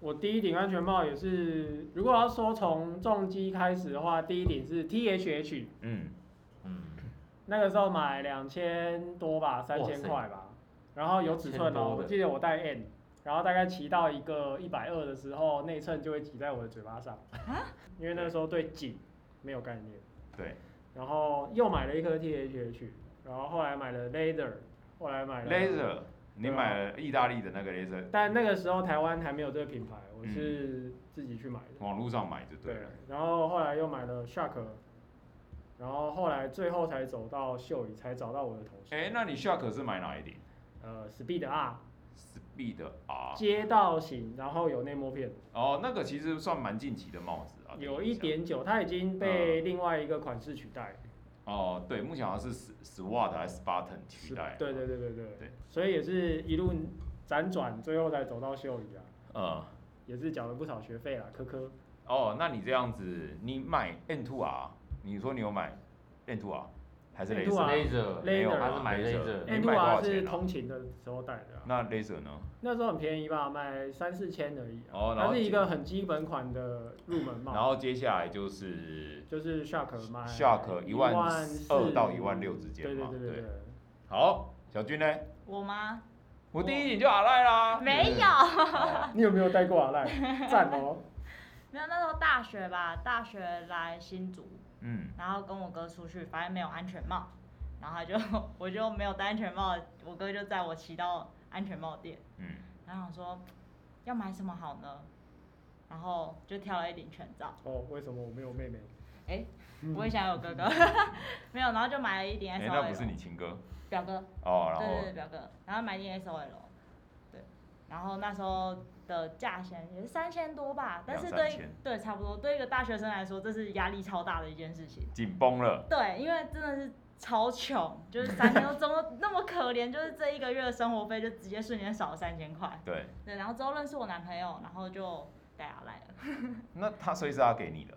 Speaker 2: 我第一顶安全帽也是，如果要说从重机开始的话，第一顶是 T H H，
Speaker 1: 嗯，
Speaker 4: 嗯，
Speaker 2: 那个时候买两千多吧，三千
Speaker 4: 塞
Speaker 2: 块吧，然后有尺寸
Speaker 4: 2000
Speaker 2: 哦
Speaker 4: 多，的
Speaker 2: 我记得我带 N，然后大概骑到一个一百二的时候，内衬就会挤在我的嘴巴上，因为那时候对紧没有概念，
Speaker 1: 对
Speaker 2: 然后又买了一颗 T H H，然后后来买了 Laser，后来买了
Speaker 1: ，Laser，你买了意大利的那个 Laser，
Speaker 2: 但那个时候台湾还没有这个品牌，我
Speaker 4: 嗯
Speaker 2: 是自己去买
Speaker 4: 哦
Speaker 2: 的。
Speaker 1: 网络上买就对
Speaker 2: 对
Speaker 1: 了。，
Speaker 2: 然后后来又买了 Shark，然后后来最后才走到秀宇，才找到我的头
Speaker 1: 哎、
Speaker 2: 衔。
Speaker 1: 那你 Shark 是买哪一顶
Speaker 2: 呃，Speed R
Speaker 1: ？Speed R。
Speaker 2: 街道型，然后有内膜片，
Speaker 1: 哦，那个其实算蛮晋级的帽子啊。
Speaker 2: 有
Speaker 1: 等
Speaker 2: 一
Speaker 1: 下。
Speaker 2: 点九，它已经
Speaker 1: 嗯
Speaker 2: 被另外一个款式取代。
Speaker 1: 哦，对，目前好像是 SWAT 还是 Spartan 取代。
Speaker 2: 对对对对对。
Speaker 1: 对
Speaker 2: 所以也是一路辗转，最后才走到秀宇啊，
Speaker 1: 嗯，
Speaker 2: 也是缴了不少学费啦，科科。
Speaker 1: 哦，那你这样子，你买 N Two R，你说你有买 N Two R 还是
Speaker 2: N2R
Speaker 1: 雷
Speaker 4: Laser，
Speaker 1: 没有，
Speaker 2: Laser
Speaker 1: 还
Speaker 4: 他是买 Laser
Speaker 1: 你买
Speaker 2: N two
Speaker 1: 多
Speaker 2: R
Speaker 1: 少
Speaker 2: 是
Speaker 1: 钱啊？
Speaker 2: 通勤的时候带的、啊，
Speaker 1: 那 Laser 呢？
Speaker 2: 那时候很便宜吧，买三四千而已、
Speaker 1: 哦
Speaker 2: 啊。
Speaker 1: 然后
Speaker 2: 它是一个很基本款的入门帽。
Speaker 1: 然后接下来就是
Speaker 2: 就是 Shark 卖
Speaker 1: Shark
Speaker 2: 一
Speaker 1: 12,000到16,000之间
Speaker 2: 对对
Speaker 1: 嘛
Speaker 2: 对对
Speaker 1: 对
Speaker 2: 对。
Speaker 1: 好，小军呢？
Speaker 3: 我吗？
Speaker 1: 我第一顶就阿赖啦。
Speaker 3: 没有，
Speaker 1: 哦
Speaker 2: 你有没有戴过阿赖？赞哦！
Speaker 3: 没有。那时候大学吧，大学来新竹，
Speaker 1: 嗯，
Speaker 3: 然后跟我哥出去，反正没有安全帽，然后他就 我就没有戴安全帽，我哥就载我骑到安全帽店，
Speaker 1: 嗯，
Speaker 3: 然后想说要买什么好呢，然后就挑了一顶全罩，
Speaker 2: 哦，为什么我没有妹妹？
Speaker 3: 哎
Speaker 2: 嗯，
Speaker 3: 我也想有哥哥，没有，然后就买了一顶
Speaker 1: 哎，
Speaker 3: S O
Speaker 1: 那
Speaker 3: L，、
Speaker 1: 不是你情歌
Speaker 3: 表哥，
Speaker 1: 哦，然
Speaker 3: 对对
Speaker 1: 后
Speaker 3: 对，表哥，然后买一顶 S O L，对，然后那时候的价钱也是三千多吧，但是
Speaker 1: 两三
Speaker 3: 对
Speaker 1: 千
Speaker 3: 对差不多，对一个大学生来说，这是压力超大的一件事情。
Speaker 1: 紧绷了。
Speaker 3: 对，因为真的是超穷，就是三千多，怎么那么可怜？就是这一个月的生活费就直接瞬间少了三千块。
Speaker 1: 对，
Speaker 3: 对，然后之后认识我男朋友，然后就带他来了。
Speaker 1: 那他所以是他给你的。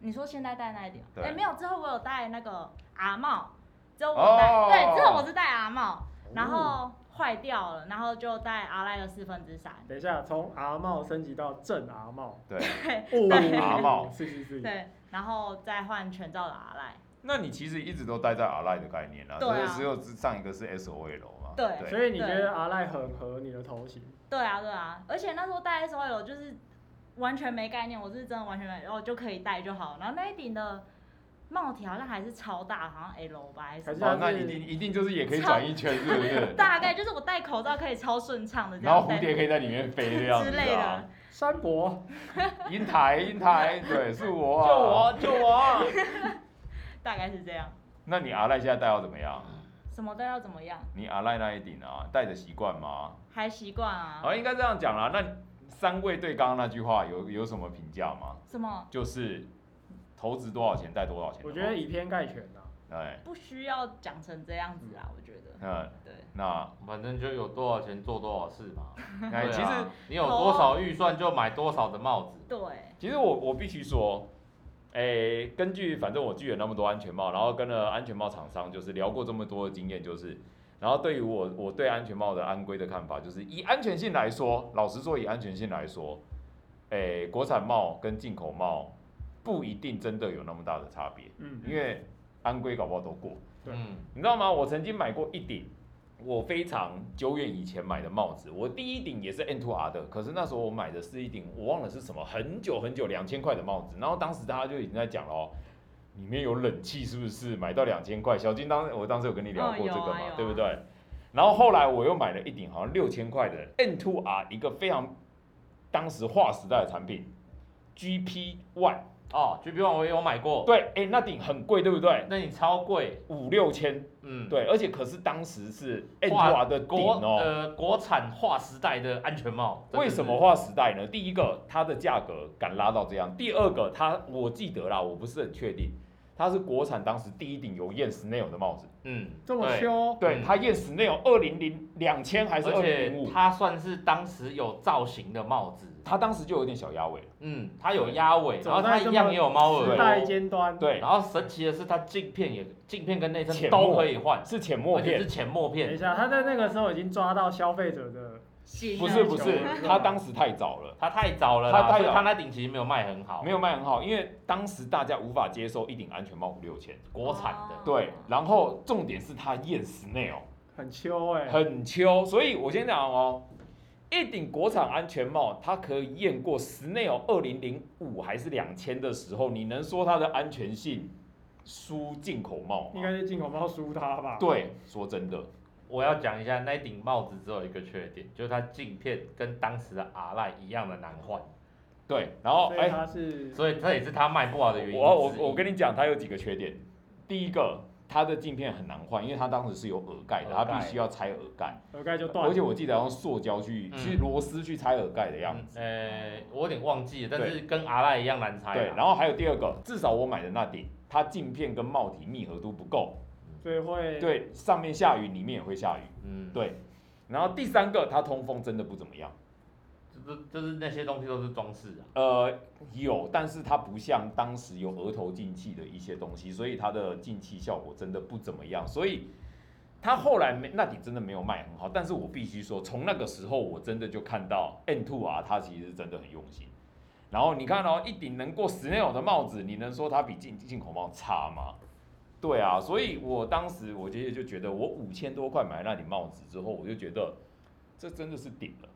Speaker 3: 你说现在戴那一顶？
Speaker 1: 对
Speaker 3: 哎、没有，之后我有戴那个阿帽，之后我
Speaker 1: 哦
Speaker 3: 戴、对，之后我是戴阿帽，然
Speaker 4: 哦
Speaker 3: 后坏掉了，然后就戴阿赖的四分之三。
Speaker 2: 等一下，从阿帽升级到正阿帽。
Speaker 1: 对，
Speaker 2: 哦，
Speaker 1: 阿帽
Speaker 2: 是是是。
Speaker 3: 对，然后再换全罩的阿赖。
Speaker 1: 那你其实一直都待在阿赖的概念啦，
Speaker 3: 对啊
Speaker 1: 只有只有上一个是 S O L 嘛。
Speaker 3: 对
Speaker 2: 所以你觉得阿赖很合你的头型？
Speaker 3: 对啊，对啊，而且那时候戴 S O L 就是完全没概念，我是真的完全没，然哦后就可以戴就好。然后那一顶的帽体好像还是超大，好像 L 吧还是
Speaker 2: 还
Speaker 3: 什
Speaker 2: 是
Speaker 3: 么
Speaker 1: 哦，那一定一定就是也可以转一圈，是不是？
Speaker 3: 大概就是我戴口罩可以超顺畅的这
Speaker 1: 然
Speaker 3: 样
Speaker 1: 后
Speaker 3: 戴
Speaker 1: 蝴蝶可以在里面飞这样
Speaker 3: 之
Speaker 1: 子
Speaker 3: 类
Speaker 1: 啊
Speaker 3: 的。。
Speaker 2: 山伯，
Speaker 1: 银台，银台，对，是我、
Speaker 4: 救
Speaker 1: 啊。。
Speaker 4: 我，救我！
Speaker 3: 大概是这样。
Speaker 1: 那你阿赖现在戴要怎么样？
Speaker 3: 什么都要怎么样，
Speaker 1: 你阿赖那一顶啊，戴的习惯吗？
Speaker 3: 还习惯啊。
Speaker 1: 好，应该这样讲啦。那三位对刚刚那句话有有什么评价吗？
Speaker 3: 什么
Speaker 1: 就是投资多少钱戴多少钱。
Speaker 2: 我觉得，以偏概全啊呐。
Speaker 1: 哎，
Speaker 3: 不需要讲成这样子啊，我觉得。
Speaker 1: 嗯，
Speaker 3: 对，
Speaker 1: 那
Speaker 4: 反正就有多少钱做多少事嘛。
Speaker 1: 哎，
Speaker 4: 对
Speaker 1: 其实
Speaker 4: 啊你有多少预算就买多少的帽子。
Speaker 3: 对，
Speaker 1: 其实我我必须说，诶、根据反正我具有那么多安全帽，然后跟了安全帽厂商就是聊过这么多的经验，就是，然后对于我我对安全帽的安规的看法，就是以安全性来说，老实说，以安全性来说，诶、国产帽跟进口帽不一定真的有那么大的差别，
Speaker 2: 嗯，
Speaker 1: 因为安规搞不好都过。
Speaker 2: 对
Speaker 4: 嗯，
Speaker 1: 你知道吗？我曾经买过一顶我非常久远以前买的帽子，我第一顶也是 N2R 的，可是那时候我买的是一顶我忘了是什么，很久很久两千块的帽子，然后当时大家就已经在讲了哦。里面有冷气是不是？买到两千块，小金当我当时有跟你聊过这个
Speaker 3: 哦有
Speaker 1: 嘛
Speaker 3: 啊，有啊
Speaker 1: 对不对？然后后来我又买了一顶好像六千块的 N2R，一个非常当时划时代的产品，GP One
Speaker 4: 哦，G P One 我也有买过，
Speaker 1: 对，哎、那顶很贵，对不对？
Speaker 4: 那你超贵，
Speaker 1: 五六千，
Speaker 4: 嗯，
Speaker 1: 对，而且可是当时是 n t a 的顶
Speaker 4: 国
Speaker 1: 哦。
Speaker 4: 呃国产划时代的安全帽，
Speaker 1: 为什么
Speaker 4: 划？
Speaker 1: 划时代呢？第一个，它的价格敢拉到这样；第二个，它我记得啦，我不是很确定，它是国产当时第一顶有验 Snail 的帽子。
Speaker 4: 嗯，
Speaker 2: 这么
Speaker 4: 对
Speaker 2: 修，
Speaker 1: 对，
Speaker 4: 嗯
Speaker 1: 它验 Snail 二零零两千还是
Speaker 4: 而
Speaker 1: 二零零
Speaker 4: 且
Speaker 1: 五，
Speaker 4: 它算是当时有造型的帽子，
Speaker 1: 它当时就有点小鸭尾了。
Speaker 4: 嗯，它有鸭尾，
Speaker 2: 走
Speaker 4: 然后它
Speaker 2: 在这
Speaker 4: 一样
Speaker 2: 么
Speaker 4: 也有猫
Speaker 2: 时代
Speaker 4: 耳朵，
Speaker 2: 尖端，
Speaker 1: 对，
Speaker 4: 然后神奇的是它镜片也镜片跟内衬
Speaker 1: 浅
Speaker 4: 都
Speaker 1: 墨
Speaker 4: 可以换，
Speaker 1: 是浅墨
Speaker 4: 而且
Speaker 1: 片
Speaker 4: 是，浅墨
Speaker 2: 等一
Speaker 4: 片，
Speaker 2: 下，他在那个时候已经抓到消费者的，
Speaker 3: 行
Speaker 1: 不
Speaker 3: 啊
Speaker 1: 是不是
Speaker 2: 浅，墨
Speaker 1: 它当时太早了。
Speaker 4: 它太早了
Speaker 1: 它
Speaker 4: 啦，
Speaker 1: 太
Speaker 4: 所以
Speaker 1: 早
Speaker 4: 它那顶其实没有卖很好，
Speaker 1: 没有卖很好，因为当时大家无法接受一顶安全帽五六千。
Speaker 4: 国产的，
Speaker 1: 对，然后重点是它验 Snail
Speaker 2: 很秋哎、
Speaker 1: 很秋，所以我先讲哦，一顶国产安全帽，它可以验过 Snail 二零零五还是两千的时候，你能说它的安全性输进口帽
Speaker 2: 应
Speaker 1: 吗？
Speaker 2: 该是进口猫输他吧？，
Speaker 1: 对，说真的，
Speaker 4: 我要讲一下，那一顶帽子只有一个缺点，就是它镜片跟当时的 R Line 一样的难换，
Speaker 1: 对，然后
Speaker 2: 所以
Speaker 1: 哎，
Speaker 2: 他是
Speaker 4: 所以这也是它卖不好的原因之一。
Speaker 1: 我我我跟你讲，它有几个缺点，第一个。它的镜片很难换，因为它当时是有耳盖的，它
Speaker 4: 耳盖
Speaker 1: 必须要拆耳盖，
Speaker 2: 耳盖就断了，
Speaker 1: 而且我记得要用塑胶去、
Speaker 4: 嗯
Speaker 1: 去螺丝去拆耳盖的样子。
Speaker 4: 嗯呃，我有点忘记了，但是跟 R Line 一样难
Speaker 2: 嗯
Speaker 4: 拆啦。
Speaker 1: 对，然后还有第二个，至少我买的那顶，它镜片跟帽体密合度不够，
Speaker 2: 所以会
Speaker 1: 对，上面下雨，里面也会下雨，
Speaker 4: 嗯，
Speaker 1: 对。然后第三个，它通风真的不怎么样，
Speaker 4: 就是就是那些东西都是装饰啊。
Speaker 1: 呃，有，但是它不像当时有额头进气的一些东西，所以它的进气效果真的不怎么样，所以。它后来没那顶真的没有卖很好，但是我必须说，从那个时候我真的就看到 N Two 啊，它其实真的很用心。然后你看哦，一顶能过 Snail 的帽子，你能说它比进进口帽差吗？对啊，所以我当时我姐姐就觉得，我五千多块买那顶帽子之后，我就觉得这真的是顶了，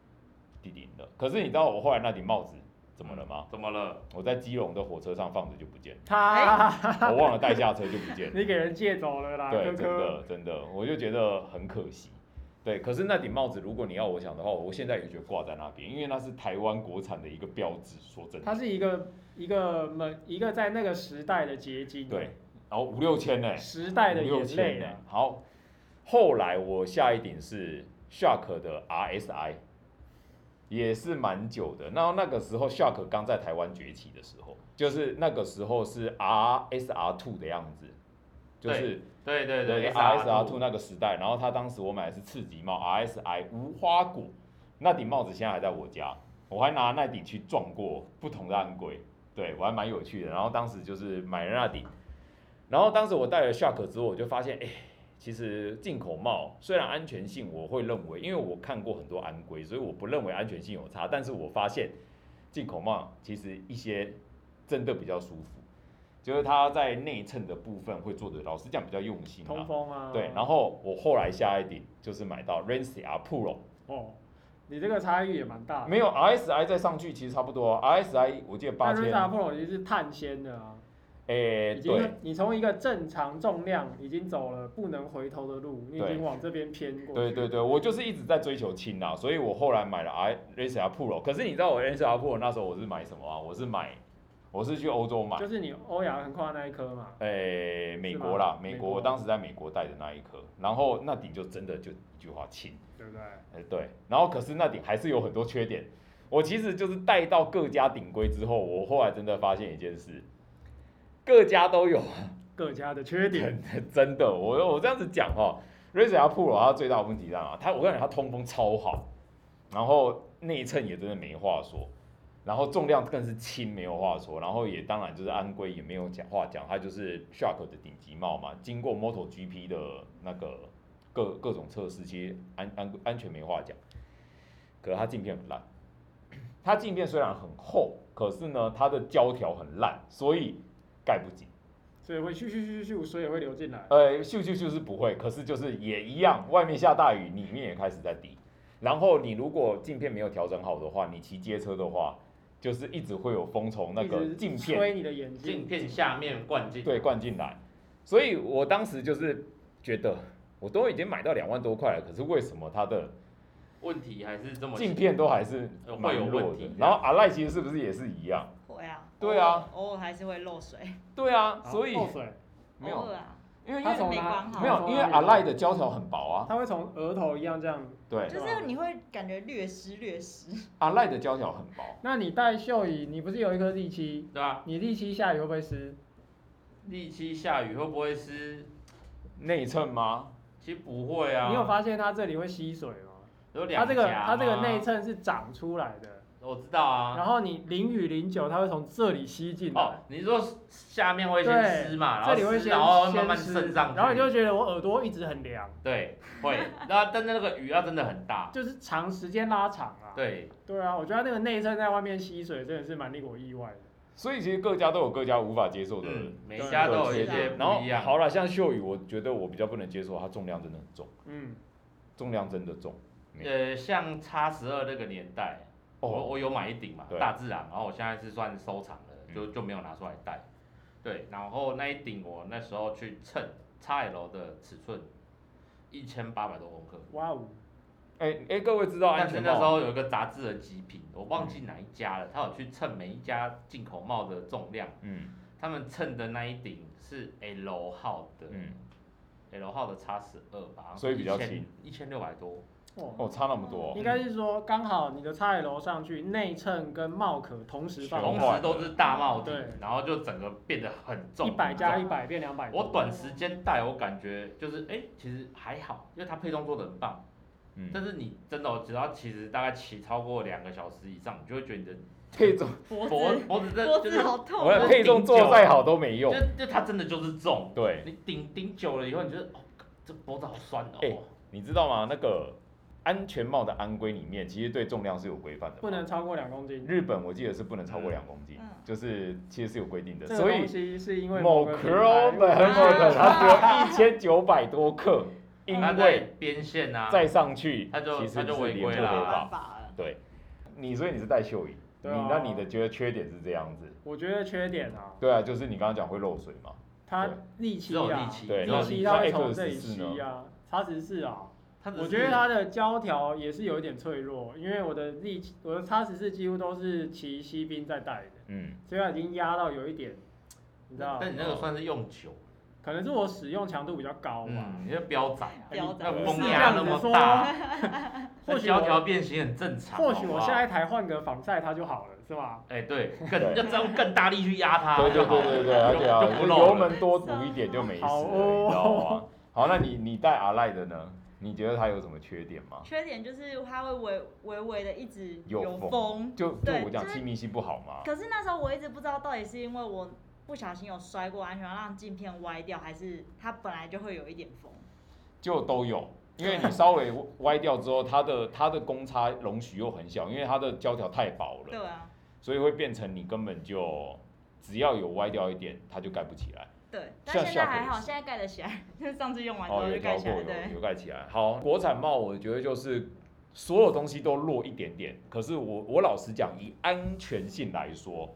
Speaker 1: 顶顶了。可是你知道我后来那顶帽子怎么了吗？？
Speaker 4: 怎么了？
Speaker 1: 我在基隆的火车上放着就不见了，
Speaker 3: 哎
Speaker 2: 他，
Speaker 1: 我忘了带下车就不见了。
Speaker 2: 你给人借走了啦，
Speaker 1: 对，
Speaker 2: 哥
Speaker 1: 真
Speaker 2: 哥。
Speaker 1: 的真的，我就觉得很可惜。对，可是那顶帽子，如果你要我想的话，我现在也觉得挂在那边，因为那是台湾国产的一个标志。说真
Speaker 2: 它
Speaker 1: 的，
Speaker 2: 是一个一个门一个在那个时代的结晶，欸
Speaker 1: 对，，然后五六千呢、
Speaker 2: 时代的
Speaker 1: 哎五六
Speaker 2: 眼
Speaker 1: 千
Speaker 2: 泪
Speaker 1: 呢
Speaker 2: 啊，。
Speaker 1: 好，后来我下一顶是 Shark 的 RSI，也是蛮久的。然后那个时候 Shark 刚在台湾崛起的时候，就是那个时候是 RSR Two 的样子，就是
Speaker 4: 对对
Speaker 1: 对
Speaker 4: 对
Speaker 1: RSR Two 那个时代。然后他当时我买的是次级帽 RSI 无花果，那顶帽子现在还在我家，我还拿那顶去撞过不同的暗柜，对我还蛮有趣的。然后当时就是买了那顶，然后当时我戴了 Shark 之后，我就发现，哎、其实进口帽虽然安全性我会认为，因为我看过很多安规，所以我不认为安全性有差，但是我发现进口帽其实一些真的比较舒服。就是它在内衬的部分会做的，老实讲比较用心、啊，
Speaker 2: 通风啊，
Speaker 1: 对，然后我后来下一顶就是买到 Rensi R Pro，
Speaker 2: 哦，你这个差异也蛮大的，
Speaker 1: 没有 RSI 再上去其实差不多啊，RSI 我记得八
Speaker 2: 那 r
Speaker 1: 千
Speaker 2: i，a Pro 已经是碳纤的啊，
Speaker 1: 哎，
Speaker 2: 已
Speaker 1: 对
Speaker 2: 经你从一个正常重量已经走了不能回头的路，你已
Speaker 1: 对
Speaker 2: 经往这边偏过
Speaker 1: 对
Speaker 2: 去，
Speaker 1: 对对，我就是一直在追求轻啊，所以我后来买了 R Rensi R Pro，可是你知道我 Rensi R Pro 那时候我是买什么啊？我是买，我是去欧洲买，
Speaker 2: 就是你欧阳横跨那一颗嘛，
Speaker 1: 哎，美国啦，美
Speaker 2: 美
Speaker 1: 国，
Speaker 2: 国
Speaker 1: 我当时在美国戴的那一颗，然后那顶就真的就一句话轻。
Speaker 2: 对不对？
Speaker 1: 哎、对，然后可是那顶还是有很多缺点。我其实就是带到各家顶规之后，我后来真的发现一件事，各家都有，
Speaker 2: 各家的缺点，
Speaker 1: 真的，我我这样子讲哦 r a z r Pro 它最大的问题在哪？它我跟你讲，它通风超好，然后内衬也真的没话说，然后重量更是轻没有话说，然后也当然就是安规也没有讲话讲，它就是 Shark 的顶级帽嘛，经过 MotoGP 的那个各各种测试，其实安安安全没话讲，可是它镜片很烂，它镜片虽然很厚，可是呢它的胶条很烂，所以盖不紧。
Speaker 2: 所以会咻咻咻咻咻，所以会流进来。
Speaker 1: 呃，咻咻咻是不会，可是就是也一样，外面下大雨，里面也开始在滴。然后你如果镜片没有调整好的话，你骑街车的话，就是一直会有风从那个
Speaker 2: 一直
Speaker 1: 镜片
Speaker 2: 吹你的眼睛，
Speaker 4: 镜片下面灌啊进。
Speaker 1: 对灌进来。所以我当时就是觉得，我都已经买到两万多块了，可是为什么它的
Speaker 4: 问题还是这么
Speaker 1: 镜片都还是
Speaker 4: 呃会
Speaker 1: 蛮
Speaker 4: 有
Speaker 1: 弱
Speaker 4: 问
Speaker 1: 的
Speaker 4: 题？
Speaker 1: 然后阿赖其实是不是也是一样？
Speaker 3: 会啊，
Speaker 1: 对啊
Speaker 3: 偶尔，偶尔还是会漏水，
Speaker 1: 对啊，
Speaker 2: 啊
Speaker 1: 所以
Speaker 2: 漏水，
Speaker 1: 没
Speaker 3: 偶
Speaker 1: 有，
Speaker 3: 尔啊，
Speaker 1: 因为因
Speaker 2: 他
Speaker 1: 为
Speaker 2: 从
Speaker 3: 没
Speaker 2: 哪
Speaker 3: 关好
Speaker 1: 没有，因为阿赖的胶条很薄啊，
Speaker 2: 他会从额头一样这样。
Speaker 1: 对，啊
Speaker 3: 就是你会感觉略湿略湿，
Speaker 1: 阿赖的胶条很薄，
Speaker 2: 那你戴袖椅，你不是有一颗利漆？
Speaker 4: 对啊吧？
Speaker 2: 你利漆下雨会不会湿？
Speaker 4: 利息下雨会不会湿？
Speaker 1: 内衬吗？
Speaker 4: 其实不会啊。
Speaker 2: 你有发现它这里会吸水吗？
Speaker 4: 有两
Speaker 2: 它这个
Speaker 4: 颊
Speaker 2: 它这个
Speaker 4: 吗
Speaker 2: 内，衬是长出来的，
Speaker 4: 我知道啊。
Speaker 2: 然后你淋雨淋久，它会从这里吸进
Speaker 4: 哦
Speaker 2: 来，，
Speaker 4: 你是说下面会先湿嘛，然
Speaker 2: 这
Speaker 4: 后
Speaker 2: 里会
Speaker 4: 湿，
Speaker 2: 先
Speaker 4: 然后慢
Speaker 2: 先
Speaker 4: 慢
Speaker 2: 湿
Speaker 4: 渗上去，
Speaker 2: 然后你就觉得我耳朵一直很凉，
Speaker 4: 对会，然后但是那个雨要真的很大，
Speaker 2: 就是长时间拉长啊。
Speaker 4: 对，
Speaker 2: 对啊，我觉得那个内衬在外面吸水真的是蛮令我意外的。
Speaker 1: 所以其实各家都有各家无法接受的。
Speaker 4: 嗯，每一家都有一些
Speaker 1: 然后
Speaker 4: 不一样。
Speaker 1: 好了，像秀宇，我觉得我比较不能接受，它重量真的很重，
Speaker 2: 嗯，
Speaker 1: 重量真的重。
Speaker 4: 呃，像叉十二那个年代，我
Speaker 1: 哦，
Speaker 4: 我有买一顶嘛，
Speaker 1: 对嗯
Speaker 4: 大自然，然后我现在是算收藏了，就就没有拿出来戴。对，然后那一顶我那时候去称 XL 的尺寸，一千八百多公克。
Speaker 2: 哇哦，
Speaker 1: 哎、哎、各位知道安
Speaker 4: 但是
Speaker 1: 全
Speaker 4: 那时
Speaker 1: 帽？
Speaker 4: 候有一个杂志的极品，我
Speaker 1: 嗯
Speaker 4: 忘记哪一家了，他有去称每一家进口帽的重量，
Speaker 1: 嗯
Speaker 4: 他们称的那一顶是 L 号的、
Speaker 1: 嗯，
Speaker 4: l 号的 x 十二吧，
Speaker 1: 所以比较轻，
Speaker 4: 一千六百多。
Speaker 2: 哦，
Speaker 1: 哦，差那么多、
Speaker 2: 应该是说刚好你的菜楼上去，内衬跟帽壳同时
Speaker 1: 全
Speaker 2: 放
Speaker 4: 同
Speaker 1: 换
Speaker 4: 时都是大帽体
Speaker 2: 对，
Speaker 4: 然后就整个变得很重，
Speaker 2: 一百
Speaker 4: 很
Speaker 2: 加
Speaker 4: 重
Speaker 2: 一百变两百。
Speaker 4: 我短时间戴，我感觉就是哎、诶其实还好，因为它配重做的很棒。
Speaker 1: 嗯，
Speaker 4: 但是你真的哦，只要其实大概骑超过两个小时以上，你就会觉得你的
Speaker 1: 配 重，
Speaker 3: 脖
Speaker 4: 脖
Speaker 3: 子
Speaker 4: 脖子真
Speaker 3: 脖
Speaker 4: 的
Speaker 3: 子
Speaker 4: 就是，
Speaker 3: 好
Speaker 1: 我
Speaker 3: 痛
Speaker 4: 也
Speaker 1: 的
Speaker 3: 啊，
Speaker 1: 配重做得再好都没用。
Speaker 4: 就就它真的就是重。
Speaker 1: 对，
Speaker 4: 你顶顶久了以后，你觉得哦，这脖子好酸哦。
Speaker 1: 哎你知道吗？那个安全帽的安规里面，其实对重量是有规范的嘛，
Speaker 2: 不能超过两公斤。
Speaker 1: 日本我记得是不能超过两公斤，
Speaker 3: 嗯
Speaker 1: 就是其实是有规定的，
Speaker 2: 这个
Speaker 1: 所以
Speaker 2: 东西是因为
Speaker 1: 某
Speaker 2: 个
Speaker 1: c
Speaker 2: 品
Speaker 1: r o
Speaker 4: 哦
Speaker 2: 牌
Speaker 1: b e r m o
Speaker 3: 啊
Speaker 1: 它只有一千九百多
Speaker 4: 啊
Speaker 1: 克，因
Speaker 4: 它在
Speaker 1: 为
Speaker 4: 边线啊，
Speaker 1: 再上去
Speaker 4: 它就
Speaker 1: 其实
Speaker 4: 它就是违
Speaker 1: 连坐
Speaker 4: 规
Speaker 1: 违
Speaker 4: 啊啦
Speaker 3: 没办
Speaker 1: 法。
Speaker 3: 法了，
Speaker 1: 对，你所以你是戴袖椅，你
Speaker 2: 对啊
Speaker 1: 那你的觉得缺点是这样子，
Speaker 2: 我觉得缺点啊，
Speaker 1: 对啊，就是你刚刚讲会漏水嘛，
Speaker 2: 它
Speaker 1: 对
Speaker 2: 力气
Speaker 4: 只有
Speaker 2: 啊
Speaker 4: 力，气
Speaker 1: 对
Speaker 4: 只有
Speaker 2: 力
Speaker 4: 力
Speaker 2: 气
Speaker 4: 气
Speaker 2: 它会
Speaker 1: 那
Speaker 2: 从
Speaker 1: X
Speaker 2: 这里
Speaker 1: 14呢
Speaker 2: 吸啊，叉十四啊。
Speaker 4: 它只是
Speaker 2: 我觉得它的胶条也是有一点脆弱，因为我的力气，我的叉十四几乎都是骑西兵在带的，
Speaker 1: 嗯，
Speaker 2: 所以它已经压到有一点，你知道，哦
Speaker 4: 但你那个算是用久，
Speaker 2: 可能是我使用强度比较高吧。
Speaker 4: 嗯，你那标仔啊，
Speaker 3: 标
Speaker 4: 那
Speaker 2: 对
Speaker 3: 准。
Speaker 4: 风
Speaker 2: 是这
Speaker 4: 压
Speaker 2: 样
Speaker 4: 那
Speaker 2: 子
Speaker 4: 么
Speaker 2: 说啊
Speaker 4: 大，
Speaker 2: 或
Speaker 4: 那
Speaker 2: 许
Speaker 4: 胶条
Speaker 2: 我
Speaker 4: 变形很正常。
Speaker 2: 或许
Speaker 4: 好不
Speaker 2: 我
Speaker 4: 好
Speaker 2: 下一台换个防晒它就好了，是吧？
Speaker 4: 哎、对，更
Speaker 1: 对
Speaker 4: 要再用更大力去压它，
Speaker 1: 对对
Speaker 4: 啊就好
Speaker 1: 对对
Speaker 4: 了
Speaker 1: 对，而且啊，
Speaker 4: 就就不
Speaker 1: 就是
Speaker 4: 漏
Speaker 1: 油
Speaker 4: 了。
Speaker 1: 门多补一点就没事了，
Speaker 2: 好
Speaker 1: 你知道吗
Speaker 2: 哦？
Speaker 1: 好，那你你戴阿赖的呢？你觉得它有什么缺点吗？
Speaker 3: 缺点就是它会微微微的一直
Speaker 1: 有
Speaker 3: 有
Speaker 1: 风啊
Speaker 3: 风，
Speaker 1: 就就
Speaker 3: 对
Speaker 1: 我讲
Speaker 3: 就是
Speaker 1: 气密性不好嘛，
Speaker 3: 可是那时候我一直不知道到底是因为我不小心有摔过安全帽让镜片歪掉，还是它本来就会有一点风。
Speaker 1: 就都有。因为你稍微歪掉之后，它的它的公差容许又很小，因为它的胶条太薄
Speaker 3: 对
Speaker 1: 了，
Speaker 3: 啊，
Speaker 1: 所以会变成你根本就只要有歪掉一点，它就盖不起来。
Speaker 3: 对，
Speaker 1: 像
Speaker 3: 但现在
Speaker 1: 下
Speaker 3: 还
Speaker 1: 回
Speaker 3: 好，
Speaker 1: 是
Speaker 3: 现在盖得起来， 就是上次用完之
Speaker 1: 哦，
Speaker 3: 后
Speaker 1: 有
Speaker 3: 就
Speaker 1: 调
Speaker 3: 盖
Speaker 1: 过，
Speaker 3: 起来。对
Speaker 1: 有，有盖起来。好，国产帽我觉得就是所有东西都弱一点点，可是我我老实讲，以安全性来说，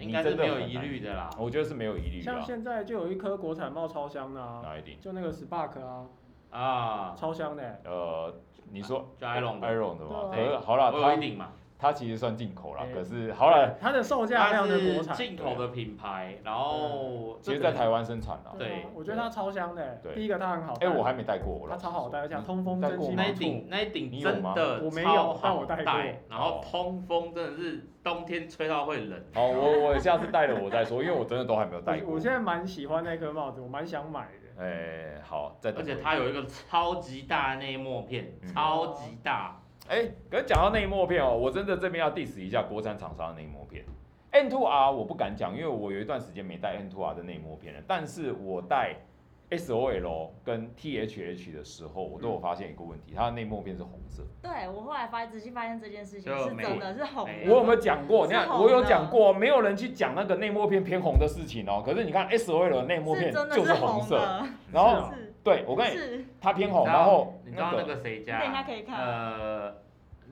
Speaker 4: 应该是没有疑虑的啦。
Speaker 1: 我觉得是没有疑虑的
Speaker 2: 像
Speaker 1: 啊。
Speaker 2: 现在就有一颗国产帽超香的啊，
Speaker 1: 哪一顶？
Speaker 2: 就那个 Spark 啊，
Speaker 4: 啊，
Speaker 2: 超香的欸、
Speaker 1: 呃，你说
Speaker 4: 就啊 Iron 的
Speaker 1: Iron 的吗？可
Speaker 2: 对
Speaker 1: 是好了，
Speaker 4: 我有一
Speaker 1: 它
Speaker 4: 顶嘛，
Speaker 1: 它其实算进口啦，
Speaker 2: 哎
Speaker 1: 可是好了，
Speaker 2: 它的售价非
Speaker 4: 它
Speaker 2: 常的嗯国
Speaker 4: 是
Speaker 2: 产。
Speaker 4: 进口的品牌，然后
Speaker 1: 其实在台湾生产啦。
Speaker 4: 对
Speaker 2: 啊我觉得它超香的欸、
Speaker 1: 对
Speaker 2: 第一个它很好戴，
Speaker 1: 哎，我还没戴过，我老
Speaker 2: 它
Speaker 1: 实
Speaker 2: 超好戴，而
Speaker 1: 说
Speaker 2: 且通风
Speaker 1: 戴
Speaker 2: 蒸
Speaker 1: 过
Speaker 2: 汽
Speaker 1: 吗
Speaker 4: 那
Speaker 2: 没
Speaker 4: 一
Speaker 2: 错
Speaker 4: 顶。那一顶
Speaker 1: 你有
Speaker 4: 真
Speaker 1: 吗
Speaker 4: 的
Speaker 2: 我没有
Speaker 4: 超
Speaker 2: 但我
Speaker 4: 好
Speaker 2: 戴过哦
Speaker 4: 戴，然后通风真的是冬天吹到会冷。
Speaker 1: 好，我我下次戴了我再说，因为我真的都还没有戴
Speaker 2: 我
Speaker 1: 过
Speaker 2: 我。现在蛮喜欢那颗帽子，我蛮想买的。
Speaker 1: 哎，好，再等
Speaker 4: 而且
Speaker 1: 我一
Speaker 4: 它有一个超级大的内幕片，
Speaker 1: 嗯
Speaker 4: 超级大。
Speaker 1: 哎、可是讲到内幕片哦，我真的这边要 diss 一下国产厂商的内幕片。N two R 我不敢讲，因为我有一段时间没戴 N two R 的内幕片了。但是我戴 S O L 跟 T H H 的时候，我都有发现一个问题，它的内幕片是红色。
Speaker 3: 对我后来发仔细发现这件事情
Speaker 4: 就是没
Speaker 3: 真的是红
Speaker 4: 没
Speaker 3: 的。
Speaker 1: 我有没有讲过？你
Speaker 3: 哎是
Speaker 1: 看
Speaker 3: 红的
Speaker 1: 我有讲过，没有人去讲那个内幕片偏红的事情哦。可是你看 S O L 的内幕
Speaker 3: 是
Speaker 1: 片
Speaker 3: 真的
Speaker 1: 就是红
Speaker 3: 红
Speaker 1: 色，
Speaker 3: 的，
Speaker 1: 然后
Speaker 2: 哦
Speaker 3: 是
Speaker 1: 对我跟你
Speaker 3: 是，
Speaker 1: 它偏
Speaker 4: 你
Speaker 1: 红，
Speaker 4: 知
Speaker 1: 然
Speaker 4: 道
Speaker 1: 后
Speaker 4: 你知道那个谁
Speaker 3: 等一下
Speaker 4: 家？
Speaker 3: 可以看。
Speaker 4: 呃，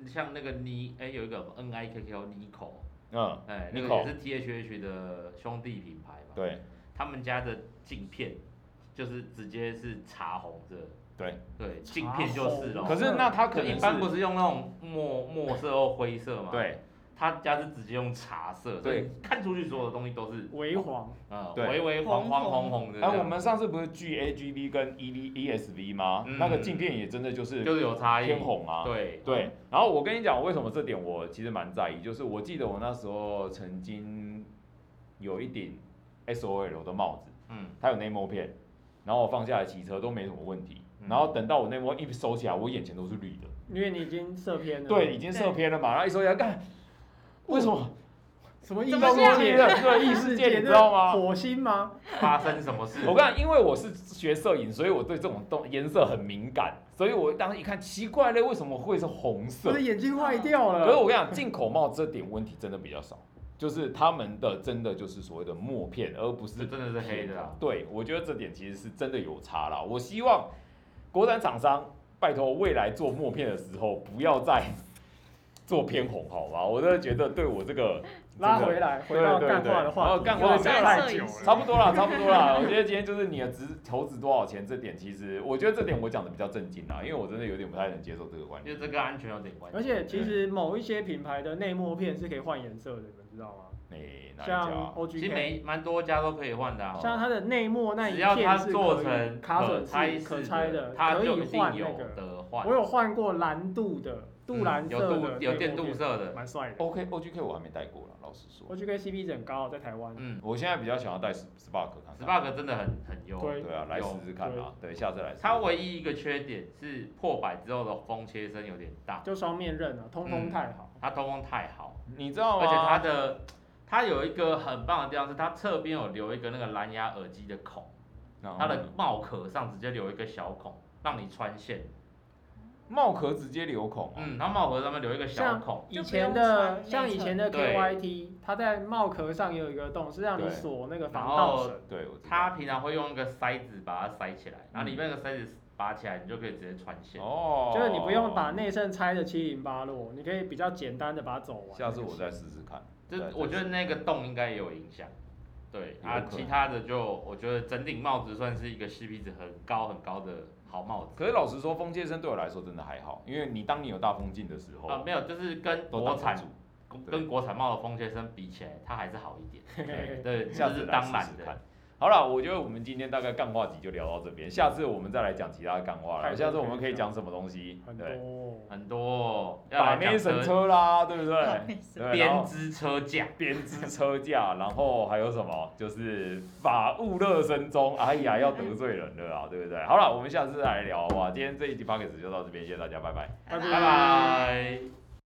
Speaker 4: 像那个尼哎有一个 N I K K O Nico，
Speaker 1: 嗯
Speaker 4: 哎，那个
Speaker 1: Nico
Speaker 4: 也是 T H H 的兄弟品牌嘛。
Speaker 1: 对
Speaker 4: 他们家的镜片就是直接是茶红色，
Speaker 1: 对，
Speaker 4: 对，镜片就是
Speaker 2: 哦
Speaker 4: 咯。
Speaker 1: 可是那它可
Speaker 4: 就
Speaker 1: 能
Speaker 4: 一般
Speaker 1: 是
Speaker 4: 不是用那种墨墨色或灰色嘛？
Speaker 1: 对
Speaker 4: 他家是直接用茶色，所以看出去所有的东西都是
Speaker 2: 微
Speaker 1: 哦
Speaker 2: 黄，
Speaker 4: 呃
Speaker 1: 对
Speaker 4: 微微黄黄
Speaker 3: 红
Speaker 4: 红红的这
Speaker 1: 哎、
Speaker 4: 样。
Speaker 1: 我们上次不是 G A G V 跟 E V E S V 吗？
Speaker 4: 嗯
Speaker 1: 那个镜片也真的就是
Speaker 4: 就是有差异，
Speaker 1: 偏红啊。
Speaker 4: 对，
Speaker 1: 对，然后我跟你讲，为什么这点我其实蛮在意，就是我记得我那时候曾经有一顶 S O L 的帽子，
Speaker 4: 嗯，
Speaker 1: 它有内膜片，然后我放下来骑车都没什么问题。
Speaker 4: 嗯
Speaker 1: 然后等到我内膜一收起来，我眼前都是绿的，
Speaker 2: 因为你已经射偏了。
Speaker 1: 对，已，经射偏了嘛。然后一收起来，干，为什么
Speaker 2: 什么异
Speaker 1: 异
Speaker 2: 世
Speaker 1: 世
Speaker 2: 界
Speaker 1: 界？对异世界，你知道吗？
Speaker 2: 火星吗？
Speaker 4: 发生什么 事？
Speaker 1: 我跟你讲，因为我是学摄影，所以我对这种动颜色很敏感，所以我当时一看，奇怪嘞，为什么会是红色
Speaker 2: 我的？眼睛坏掉
Speaker 4: 呃
Speaker 1: 可是
Speaker 2: 了。
Speaker 1: 我跟你讲，进口帽这点问题真的比较少，就是他们的真的就是所谓的默片，而不
Speaker 4: 这
Speaker 1: 是
Speaker 4: 真的是黑的啊，
Speaker 1: 对，我觉得这点其实是真的有差啦。我希望国产厂商拜托未来做默片的时候，不要再做偏红，好吧？我真的觉得对我这个
Speaker 2: 拉
Speaker 1: 这个
Speaker 2: 回来，
Speaker 1: 对
Speaker 2: 回到
Speaker 1: 对
Speaker 2: 干
Speaker 1: 对
Speaker 2: 话的
Speaker 1: 然
Speaker 2: 话
Speaker 1: 后
Speaker 2: 题，
Speaker 1: 干
Speaker 2: 因为
Speaker 1: 话
Speaker 2: 这个
Speaker 3: 对
Speaker 2: 太
Speaker 3: 摄影
Speaker 2: 久
Speaker 3: 师
Speaker 2: 了。
Speaker 1: 差不多啦，差不多啦。我觉得今天就是你的值投资多少钱，这点其实我觉得这点我讲的比较震惊啦，因为我真的有点不太能接受这个观
Speaker 4: 因为
Speaker 1: 点。
Speaker 4: 这跟安全有点关系。
Speaker 2: 而且其实某一些品牌的内膜片是可以换颜色的，你们知道吗？
Speaker 1: 诶、哎哪一
Speaker 2: 像
Speaker 1: 家？
Speaker 2: O G
Speaker 4: 其
Speaker 2: K，
Speaker 4: 实每蛮多家都可以换的啊，
Speaker 2: 像它的内膜那一
Speaker 4: 只要它
Speaker 2: 片是
Speaker 4: 做
Speaker 2: 可以
Speaker 4: 成
Speaker 2: 卡榫
Speaker 4: 拆
Speaker 2: 是可
Speaker 4: 式
Speaker 2: 拆的，
Speaker 4: 它
Speaker 2: 可
Speaker 4: 就
Speaker 2: 以
Speaker 4: 一定
Speaker 2: 换那
Speaker 4: 有
Speaker 2: 个。
Speaker 4: 的换。
Speaker 2: 我有换过蓝镀的，镀蓝
Speaker 4: 嗯
Speaker 2: 色的
Speaker 4: 有
Speaker 2: 内
Speaker 4: 镀
Speaker 2: 膜片，
Speaker 4: 有电镀色的，
Speaker 2: 蛮帅的。
Speaker 1: OK OGK 我还没戴过了，老实说，
Speaker 2: O G K C P 值很高，在台湾。
Speaker 4: 嗯
Speaker 1: 我现在比较想要戴 Spark 看看。
Speaker 4: ，Spark 真的很很优。
Speaker 2: 对
Speaker 1: 对啊，来
Speaker 4: 有
Speaker 1: 试试看啦，对，下次来试试看。
Speaker 4: 它唯一一个缺点是破百之后的风切声有点大，
Speaker 2: 就双面刃啊，通风太好。
Speaker 4: 它通风太好，
Speaker 1: 你知
Speaker 2: 哦
Speaker 1: 道吗？
Speaker 4: 而且它的它有一个很棒的地方是它侧边有留一个那个蓝牙耳机的孔，
Speaker 1: 然后
Speaker 4: 它的帽壳上直接留一个小孔，让你穿线。
Speaker 1: 帽壳直接留孔、啊，
Speaker 4: 嗯，它帽壳上面留一个小孔，
Speaker 2: 以前的
Speaker 3: 就不用穿内侧
Speaker 2: 像以前的
Speaker 4: 嗯对
Speaker 2: KYT，它在帽壳上也有一个洞，是让你
Speaker 1: 对
Speaker 2: 锁那个
Speaker 4: 然
Speaker 2: 防盗
Speaker 4: 后
Speaker 2: 绳。
Speaker 1: 对，我知道
Speaker 4: 它平常会用一个塞子把它塞起来，然后里面那个塞子拔起来，你就可以直接穿线。
Speaker 1: 哦，
Speaker 2: 就是你不用把，内衬拆的七零八落，你可以比较简单的把它走完。
Speaker 1: 下次我再试试看。
Speaker 4: 这
Speaker 1: 对
Speaker 4: 我觉得那个洞应该也有影响。对
Speaker 1: 有可
Speaker 4: 啊
Speaker 1: 能，
Speaker 4: 其他的就我觉得整顶帽子算是一个 CP 值很高很高的好帽子。
Speaker 1: 可是老实说，风切声对我来说真的还好，因为你当你有大风镜的时候，
Speaker 4: 啊，没有，就是跟
Speaker 1: 哦都
Speaker 4: 国
Speaker 1: 挡不
Speaker 4: 产
Speaker 1: 住。对
Speaker 4: 跟国产帽的风切声比起来，它还是好一点。
Speaker 2: 嘿嘿嘿
Speaker 4: 对，
Speaker 1: 下
Speaker 4: 这
Speaker 1: 次
Speaker 4: 是
Speaker 1: 来
Speaker 4: 当
Speaker 1: 试
Speaker 4: 然
Speaker 1: 试
Speaker 4: 的
Speaker 1: 看。。好了，我觉得我们今天大概干话集就聊到这边，下次我们再来讲其他的干话
Speaker 2: 太
Speaker 1: 了。
Speaker 2: 多
Speaker 1: 下次我
Speaker 2: 可
Speaker 1: 们
Speaker 2: 以
Speaker 1: 可以
Speaker 2: 讲
Speaker 1: 讲什么东西？
Speaker 2: 很多
Speaker 1: 对，
Speaker 2: 哦。
Speaker 4: 很多要
Speaker 1: 百
Speaker 4: 来
Speaker 1: 媚
Speaker 4: 讲
Speaker 1: 神
Speaker 4: 车
Speaker 1: 车哦啦，对不
Speaker 3: 百媚
Speaker 1: 对？对，
Speaker 3: 神
Speaker 1: 然
Speaker 4: 编
Speaker 1: 后
Speaker 4: 织车架，
Speaker 1: 编织车架，然后还有什么？就是法务热身中，哎呀，要得罪人了啊，对不对？好了，我们下次再来聊好不好？今天这一集 p o d c a s 就到这边，谢谢大家，拜拜。
Speaker 2: 拜
Speaker 4: 拜拜。